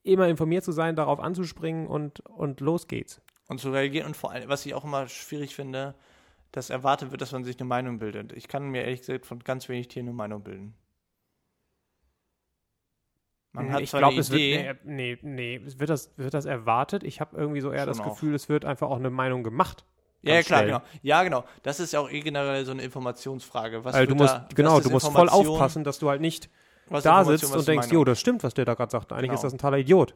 Speaker 1: immer informiert zu sein, darauf anzuspringen und, und los geht's.
Speaker 2: und zu reagieren und vor allem, was ich auch immer schwierig finde, dass erwartet wird, dass man sich eine Meinung bildet. Ich kann mir ehrlich gesagt von ganz wenig Tieren eine Meinung bilden. Man hat
Speaker 1: Äh, Hm, ich
Speaker 2: zwar
Speaker 1: glaube,
Speaker 2: eine
Speaker 1: es wird,
Speaker 2: Idee,
Speaker 1: nee, äh, nee, nee, es wird das, wird das erwartet? Ich habe irgendwie so eher das
Speaker 2: Schon auch.
Speaker 1: Gefühl, es wird einfach auch eine Meinung gemacht.
Speaker 2: ja, ja
Speaker 1: ganz
Speaker 2: klar,
Speaker 1: schnell.
Speaker 2: genau. Ja, genau. Das ist ja auch eh generell so eine Informationsfrage. Was
Speaker 1: Also du
Speaker 2: wird
Speaker 1: musst,
Speaker 2: da,
Speaker 1: genau,
Speaker 2: was ist
Speaker 1: du musst voll
Speaker 2: Information,
Speaker 1: aufpassen, dass du halt nicht
Speaker 2: was ist
Speaker 1: da
Speaker 2: Information,
Speaker 1: sitzt
Speaker 2: was
Speaker 1: und
Speaker 2: ist
Speaker 1: denkst,
Speaker 2: Meinung?
Speaker 1: jo, das stimmt, was der da gerade sagt. Eigentlich
Speaker 2: Genau.
Speaker 1: ist das ein totaler Idiot.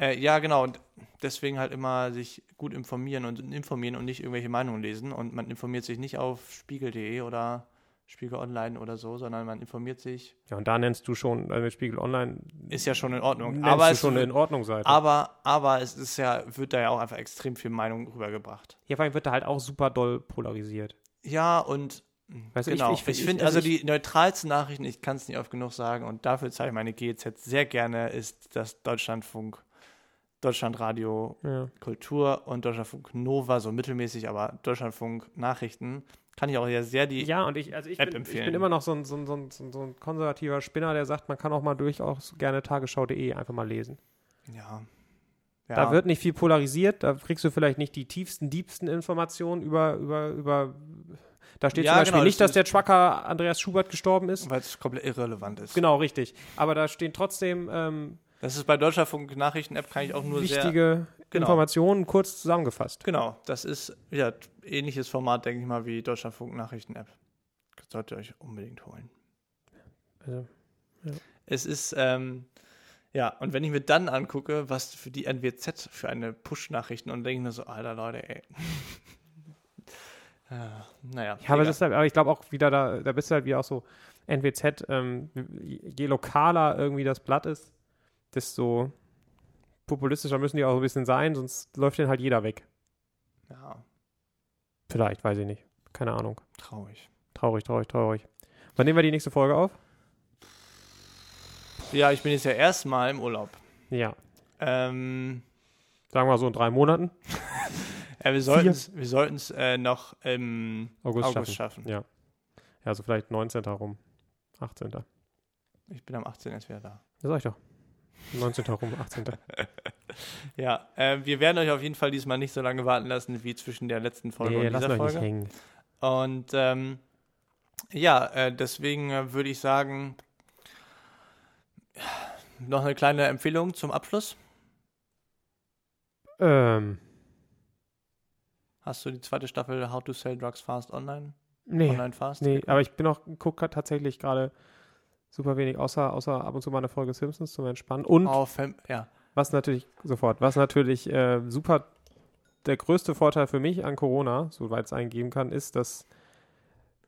Speaker 2: Äh, ja, genau. Und deswegen halt immer sich gut informieren und informieren und nicht irgendwelche Meinungen lesen. Und man informiert sich nicht auf spiegel.de oder Spiegel Online oder so, sondern man informiert sich.
Speaker 1: Ja, und da nennst du schon äh, mit Spiegel Online,
Speaker 2: Ist ja schon in Ordnung.
Speaker 1: nennst
Speaker 2: Aber
Speaker 1: du
Speaker 2: es,
Speaker 1: schon eine in Ordnung Seite.
Speaker 2: aber, aber es ist ja, wird da ja auch einfach extrem viel Meinung rübergebracht.
Speaker 1: Ja, vor allem wird da halt auch super doll polarisiert.
Speaker 2: Ja, und
Speaker 1: Weißt du, ich-
Speaker 2: genau.
Speaker 1: ich- ich-
Speaker 2: finde,
Speaker 1: ich-
Speaker 2: also,
Speaker 1: also ich-
Speaker 2: die neutralsten Nachrichten, ich kann es nicht oft genug sagen, und dafür zeige ich meine GEZ sehr gerne, ist das Deutschlandfunk, Deutschlandradio
Speaker 1: Ja.
Speaker 2: Kultur und Deutschlandfunk Nova, so mittelmäßig, aber Deutschlandfunk Nachrichten. Kann ich auch ja sehr die.
Speaker 1: Ja, und ich, also ich,
Speaker 2: App
Speaker 1: bin, ich
Speaker 2: empfehlen.
Speaker 1: bin immer noch so ein, so, ein, so, ein, so ein- so ein konservativer Spinner, der sagt, man kann auch mal durchaus gerne tagesschau.de einfach mal lesen.
Speaker 2: Ja. ja.
Speaker 1: Da wird nicht viel polarisiert, da kriegst du vielleicht nicht die tiefsten, diebsten Informationen über, über, über da steht
Speaker 2: Ja,
Speaker 1: zum Beispiel
Speaker 2: genau,
Speaker 1: nicht, dass
Speaker 2: das
Speaker 1: der Trucker Andreas Schubert gestorben ist.
Speaker 2: Weil es komplett irrelevant ist.
Speaker 1: Genau, richtig. Aber da stehen trotzdem ähm,
Speaker 2: Das ist bei Deutschlandfunk Nachrichten App, kann ich auch nur sehr.
Speaker 1: wichtige
Speaker 2: genau.
Speaker 1: Informationen kurz zusammengefasst.
Speaker 2: Genau, das ist ja ähnliches Format, denke ich mal, wie Deutschlandfunk Nachrichten App. Das solltet ihr euch unbedingt holen.
Speaker 1: Also,
Speaker 2: Es ist, ähm, ja, und wenn ich mir dann angucke, was für die NWZ für eine Push-Nachrichten und denke ich mir so, alter Leute, ey. ja, naja.
Speaker 1: Ja, aber,
Speaker 2: egal.
Speaker 1: das ist halt, aber ich glaube auch wieder, da, da bist du halt wieder auch so, NWZ, ähm, je lokaler irgendwie das Blatt ist, desto populistischer müssen die auch ein bisschen sein, sonst läuft denen halt jeder weg. Vielleicht, weiß ich nicht. Keine Ahnung.
Speaker 2: Traurig.
Speaker 1: Traurig, traurig, traurig. Wann nehmen wir die nächste Folge auf?
Speaker 2: Ja, ich bin jetzt ja erstmal im Urlaub.
Speaker 1: Ja.
Speaker 2: Ähm,
Speaker 1: Sagen wir so in drei Monaten.
Speaker 2: ja, wir sollten es wir sollten's, äh, noch im
Speaker 1: August,
Speaker 2: August
Speaker 1: schaffen.
Speaker 2: schaffen.
Speaker 1: Ja. Ja, also vielleicht 19. rum. 18. Das
Speaker 2: Ich bin am 18. erst wieder da.
Speaker 1: sag ich doch. 19. rum, 18.
Speaker 2: Ja, äh, wir werden euch auf jeden Fall diesmal nicht so lange warten lassen wie zwischen der letzten Folge
Speaker 1: nee,
Speaker 2: und dieser
Speaker 1: lassen wir euch nicht
Speaker 2: Folge.
Speaker 1: hängen.
Speaker 2: Und ähm, ja, äh, deswegen äh, würde ich sagen, noch eine kleine Empfehlung zum Abschluss.
Speaker 1: Ähm,
Speaker 2: Hast du die zweite Staffel How to Sell Drugs Fast Online?
Speaker 1: nee.
Speaker 2: Online Fast?
Speaker 1: Nee, aber ich bin auch, gucke tatsächlich gerade super wenig, außer, außer ab und zu mal eine Folge Simpsons zum Entspannen. Und
Speaker 2: Auf, Fam- ja.
Speaker 1: was natürlich, sofort, was natürlich äh, super, der größte Vorteil für mich an Corona, soweit es einen geben kann, ist, dass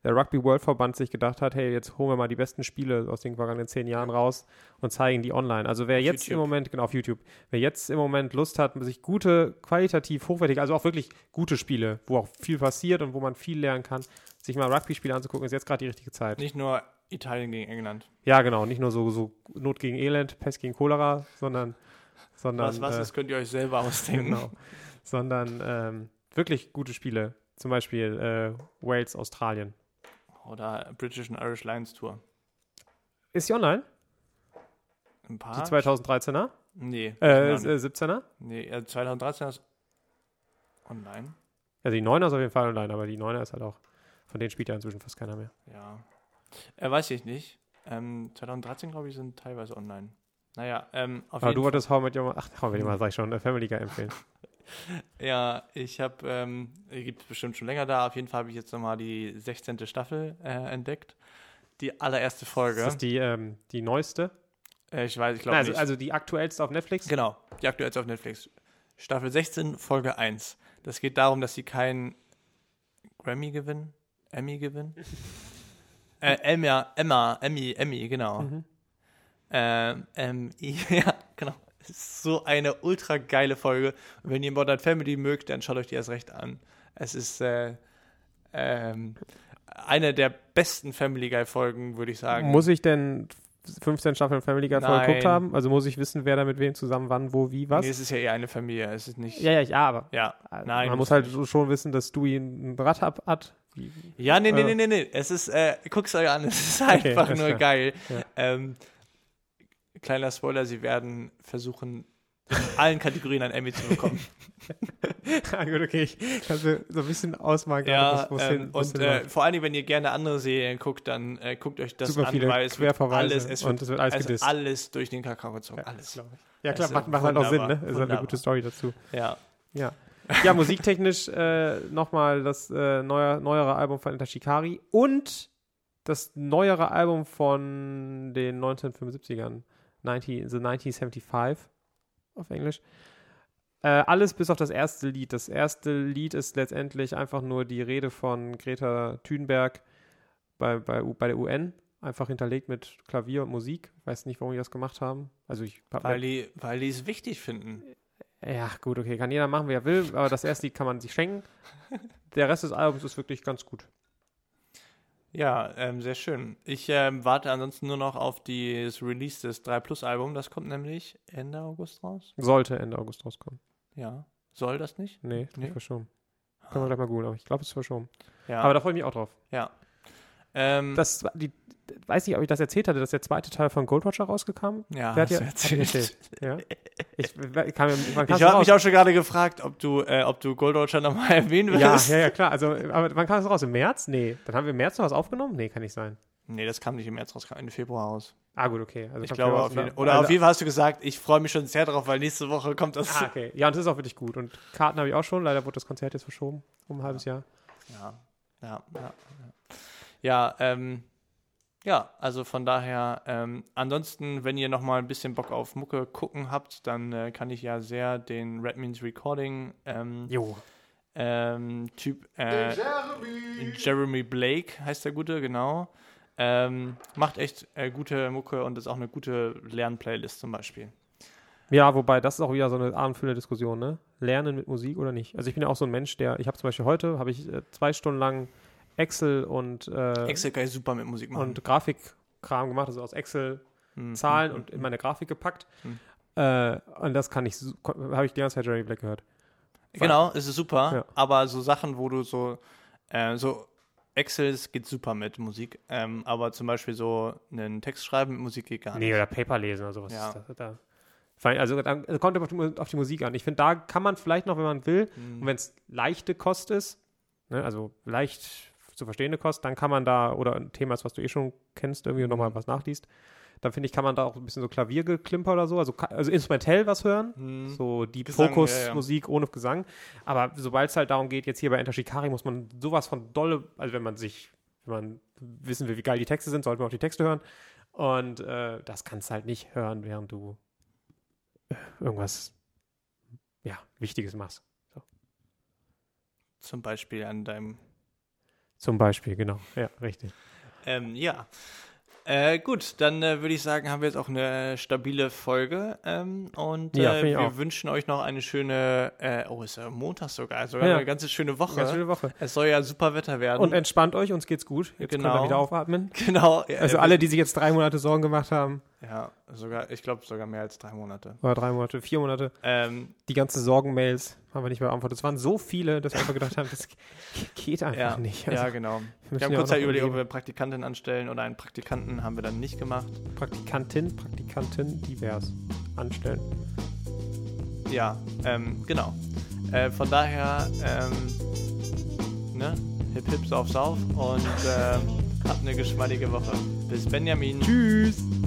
Speaker 1: der Rugby World Verband sich gedacht hat, hey, jetzt holen wir mal die besten Spiele aus den vergangenen zehn Jahren raus und zeigen die online. Also wer
Speaker 2: Auf
Speaker 1: jetzt im
Speaker 2: YouTube.
Speaker 1: Moment, genau auf YouTube, wer jetzt im Moment Lust hat, sich gute, qualitativ hochwertige, also auch wirklich gute Spiele, wo auch viel passiert und wo man viel lernen kann, sich mal Rugby-Spiele anzugucken, ist jetzt gerade die richtige Zeit.
Speaker 2: Nicht nur Italien gegen England.
Speaker 1: Ja, genau, nicht nur so, so Not gegen Elend, Pest gegen Cholera, sondern, sondern
Speaker 2: was was
Speaker 1: äh,
Speaker 2: ist, könnt ihr euch selber ausdenken.
Speaker 1: genau. sondern ähm, wirklich gute Spiele. Zum Beispiel äh, Wales, Australien.
Speaker 2: Oder British and Irish Lions Tour.
Speaker 1: Ist sie online?
Speaker 2: Ein paar?
Speaker 1: Die 2013er?
Speaker 2: nee,
Speaker 1: Äh,
Speaker 2: nein.
Speaker 1: äh, 17er?
Speaker 2: nee, äh, 2013 ist online.
Speaker 1: Also die 9er ist auf jeden Fall online, aber die 9er ist halt auch, von denen spielt ja inzwischen fast keiner mehr.
Speaker 2: Ja. Äh, weiß ich nicht. Ähm, 2013, glaube ich, sind teilweise online. Naja, ähm, auf
Speaker 1: Aber
Speaker 2: jeden
Speaker 1: du wolltest How Met Your Mother, ach, How Met Your Mother, sag ich schon, äh, Family Guy empfehlen.
Speaker 2: Ja, ich habe, ähm, gibt bestimmt schon länger da. Auf jeden Fall habe ich jetzt nochmal die 16. Staffel äh, entdeckt. Die allererste Folge.
Speaker 1: Ist das die, ähm, die neueste?
Speaker 2: äh, ich
Speaker 1: Nein,
Speaker 2: weiß, ich glaube
Speaker 1: also,
Speaker 2: nicht.
Speaker 1: also die aktuellste auf Netflix?
Speaker 2: genau, die aktuell ist auf Netflix. Staffel 16, Folge 1. Das geht darum, dass sie keinen Grammy gewinnen. Emmy gewinnen. äh, Emma, Emma, Emmy, Emmy, genau.
Speaker 1: Mhm.
Speaker 2: Ähm, ähm, ja, genau. Es ist so eine ultra geile Folge. Und wenn ihr Modern Family mögt, dann schaut euch die erst recht an. Es ist äh, ähm, eine der besten Family Guy Folgen, würde ich sagen.
Speaker 1: Muss ich denn 15 Staffeln Family Guy vorher geguckt
Speaker 2: Nein.
Speaker 1: haben? Also muss ich wissen, wer da mit wem zusammen, wann, wo, wie, was?
Speaker 2: Nee, es ist ja eher eine Familie. Es ist nicht.
Speaker 1: ja, ja, ja, aber
Speaker 2: ja.
Speaker 1: äh,
Speaker 2: Nein,
Speaker 1: man muss
Speaker 2: muss
Speaker 1: halt so schon wissen, dass du ihn ein Rad ab hat. Wie-
Speaker 2: Ja, nee, nee,
Speaker 1: Äh.
Speaker 2: nee, nee, nee. Es ist, äh, guck's euch an, es ist
Speaker 1: Okay,
Speaker 2: einfach
Speaker 1: alles
Speaker 2: nur
Speaker 1: klar.
Speaker 2: geil.
Speaker 1: Ja.
Speaker 2: Ähm, kleiner Spoiler, sie werden versuchen, in allen Kategorien ein Emmy zu bekommen.
Speaker 1: Ah, gut, okay, ich kann mir so ein bisschen ausmalen,
Speaker 2: Ja,
Speaker 1: gerade, wo's- wo's
Speaker 2: ähm,
Speaker 1: hin- wo's
Speaker 2: und äh,
Speaker 1: hinläuft.
Speaker 2: vor allen Dingen, wenn ihr gerne andere Serien guckt, dann äh, guckt euch das
Speaker 1: super
Speaker 2: an,
Speaker 1: viele
Speaker 2: weil es wird
Speaker 1: Querverweise
Speaker 2: alles, es wird,
Speaker 1: und es wird alles
Speaker 2: also
Speaker 1: gedisst.
Speaker 2: alles durch den Kakao gezogen.
Speaker 1: Ja,
Speaker 2: alles.
Speaker 1: glaub ich. Ja,
Speaker 2: Es
Speaker 1: klar,
Speaker 2: ist
Speaker 1: macht, macht halt auch Sinn,
Speaker 2: wunderbar,
Speaker 1: ne? Ist halt eine
Speaker 2: wunderbar.
Speaker 1: gute Story dazu.
Speaker 2: Ja.
Speaker 1: Ja. Ja, musiktechnisch äh, nochmal das äh, neuer, neuere Album von Enter Shikari und das neuere Album von den 1975ern, 90, The 1975 auf Englisch. Äh, alles bis auf das erste Lied. Das erste Lied ist letztendlich einfach nur die Rede von Greta Thunberg bei, bei, U- bei der UN, einfach hinterlegt mit Klavier und Musik. Ich weiß nicht, warum die das gemacht haben. Also ich hab mir-
Speaker 2: Weil die, weil die es wichtig finden.
Speaker 1: ja, gut, okay. Kann jeder machen, wie er will, aber das erste Lied kann man sich schenken. Der Rest des Albums ist wirklich ganz gut.
Speaker 2: Ja, ähm, sehr schön. Ich ähm, warte ansonsten nur noch auf die- das Release des 3 Plus Album. Das kommt nämlich Ende August raus.
Speaker 1: Sollte Ende August rauskommen.
Speaker 2: Ja. Soll das nicht?
Speaker 1: Nee, ist
Speaker 2: Nee.
Speaker 1: nicht verschoben. Können wir gleich mal googeln, aber ich glaube, es ist verschoben.
Speaker 2: Ja.
Speaker 1: Aber da freue ich mich auch drauf.
Speaker 2: ähm,
Speaker 1: Das, die, weiß nicht, ob ich das erzählt hatte, dass der zweite Teil von Gold Roger rausgekam. Wer
Speaker 2: ja,
Speaker 1: hat
Speaker 2: Ah, hast
Speaker 1: dir-
Speaker 2: du
Speaker 1: hat dir
Speaker 2: erzählt.
Speaker 1: Ja. Ich, ich kann, mir- wann
Speaker 2: Ich
Speaker 1: kam es
Speaker 2: habe mich
Speaker 1: raus?
Speaker 2: auch schon gerade gefragt, ob du, äh, ob du Gold Roger nochmal erwähnen
Speaker 1: Ja,
Speaker 2: wirst.
Speaker 1: ja, ja, klar. Also, aber wann kam es raus? Im März? Nee. Dann haben wir im März noch was aufgenommen? Nee, kann nicht sein.
Speaker 2: Nee, das kam nicht im März raus, kam Ende Februar raus.
Speaker 1: Ah, gut, okay. Also
Speaker 2: Ich
Speaker 1: kam
Speaker 2: glaube,
Speaker 1: raus
Speaker 2: auf
Speaker 1: und dann-
Speaker 2: jeden, oder
Speaker 1: also-
Speaker 2: auf jeden Fall hast du gesagt, ich freue mich schon sehr drauf, weil nächste Woche kommt das.
Speaker 1: Ah, okay. Ja, und das ist auch wirklich gut. Und Karten habe ich auch schon. Leider wurde das Konzert jetzt verschoben. Um ein halbes Jahr.
Speaker 2: Ja, ja, ja. Ja, ja, ähm, ja also von daher, ähm, ansonsten, wenn ihr nochmal ein bisschen Bock auf Mucke gucken habt, dann äh, kann ich ja sehr den Red Means Recording ähm,
Speaker 1: Jo.
Speaker 2: ähm, Typ äh, Jeremy Blake heißt der Gute, genau. Ähm, macht echt äh, gute Mucke und ist auch eine gute Lernplaylist zum Beispiel.
Speaker 1: Ja, wobei das ist auch wieder so eine abendfüllende Diskussion, ne? Lernen mit Musik oder nicht? Also ich bin ja auch so ein Mensch, der, ich habe zum Beispiel heute, habe ich äh, zwei Stunden lang Excel und, äh,
Speaker 2: Excel kann ich super mit Musik machen.
Speaker 1: und Grafikkram gemacht, also aus Excel
Speaker 2: Mhm.
Speaker 1: Zahlen und in meine Grafik gepackt.
Speaker 2: Mhm.
Speaker 1: Äh, und das kann ich, su- ko- habe ich die ganze Zeit Jeremy Black gehört.
Speaker 2: Genau, es ist super,
Speaker 1: Ja.
Speaker 2: aber so Sachen, wo du so, äh, so Excel es geht super mit Musik, ähm, aber zum Beispiel so einen Text schreiben mit Musik geht gar nicht.
Speaker 1: Nee, oder Paper lesen oder sowas.
Speaker 2: Ja.
Speaker 1: Ist Da, da. Vor allem, Also, dann- also kommt immer auf die, Mu- auf die Musik an. Ich finde, da kann man vielleicht noch, wenn man will,
Speaker 2: Mhm.
Speaker 1: und wenn es leichte Kost ist, ne, also leicht zu verstehende Kost, dann kann man da, oder ein Thema ist, was du eh schon kennst, irgendwie und
Speaker 2: Mhm.
Speaker 1: nochmal was nachliest, dann finde ich, kann man da auch ein bisschen so Klaviergeklimper oder so, also, ka- also instrumentell was hören.
Speaker 2: Mhm.
Speaker 1: So die
Speaker 2: Gesang, ja, ja.
Speaker 1: Fokusmusik ohne Gesang. Aber sobald es halt darum geht, jetzt hier bei Enter Shikari muss man sowas von dolle, also wenn man sich, wenn man wissen will, wie geil die Texte sind, sollte man auch die Texte hören. Und äh, das kannst du halt nicht hören, während du äh, irgendwas ja, Wichtiges machst.
Speaker 2: Zum Beispiel an deinem.
Speaker 1: Zum Beispiel, genau. Ja, richtig.
Speaker 2: Ähm, ja. Äh, gut, dann äh, würde ich sagen, haben wir jetzt auch eine stabile Folge ähm, und
Speaker 1: Ja,
Speaker 2: äh,
Speaker 1: finde ich
Speaker 2: wir
Speaker 1: auch.
Speaker 2: wünschen euch noch eine schöne, äh, oh, ist ja Montag sogar, sogar
Speaker 1: Ja.
Speaker 2: eine ganze schöne Woche.
Speaker 1: Ganz schöne Woche.
Speaker 2: Es soll ja super Wetter werden.
Speaker 1: Und entspannt euch, uns geht's gut. Jetzt können wir
Speaker 2: Genau.
Speaker 1: wieder aufatmen.
Speaker 2: genau. ja,
Speaker 1: Also
Speaker 2: wir-
Speaker 1: alle, die sich jetzt drei Monate Sorgen gemacht haben,
Speaker 2: Ja, sogar, ich glaube sogar mehr als drei Monate.
Speaker 1: oder drei Monate, vier Monate,
Speaker 2: Ähm,
Speaker 1: die ganzen Sorgenmails haben wir nicht beantwortet. Es waren so viele, dass wir einfach gedacht haben, das ge- geht einfach
Speaker 2: ja,
Speaker 1: nicht.
Speaker 2: ja,
Speaker 1: Also,
Speaker 2: genau.
Speaker 1: müssen
Speaker 2: Wir haben
Speaker 1: ja
Speaker 2: kurz
Speaker 1: auch
Speaker 2: halt
Speaker 1: noch
Speaker 2: überlegt, ob
Speaker 1: irgendwie-
Speaker 2: wir eine Praktikantin anstellen oder einen Praktikanten haben wir dann nicht gemacht.
Speaker 1: Praktikantin, Praktikantin, divers anstellen.
Speaker 2: Ja, ähm, genau. Äh, von daher, ähm, ne? Hip äh, hip, sauf, sauf und ähm, habt eine geschmeidige Woche. Bis Benjamin.
Speaker 1: Tschüss!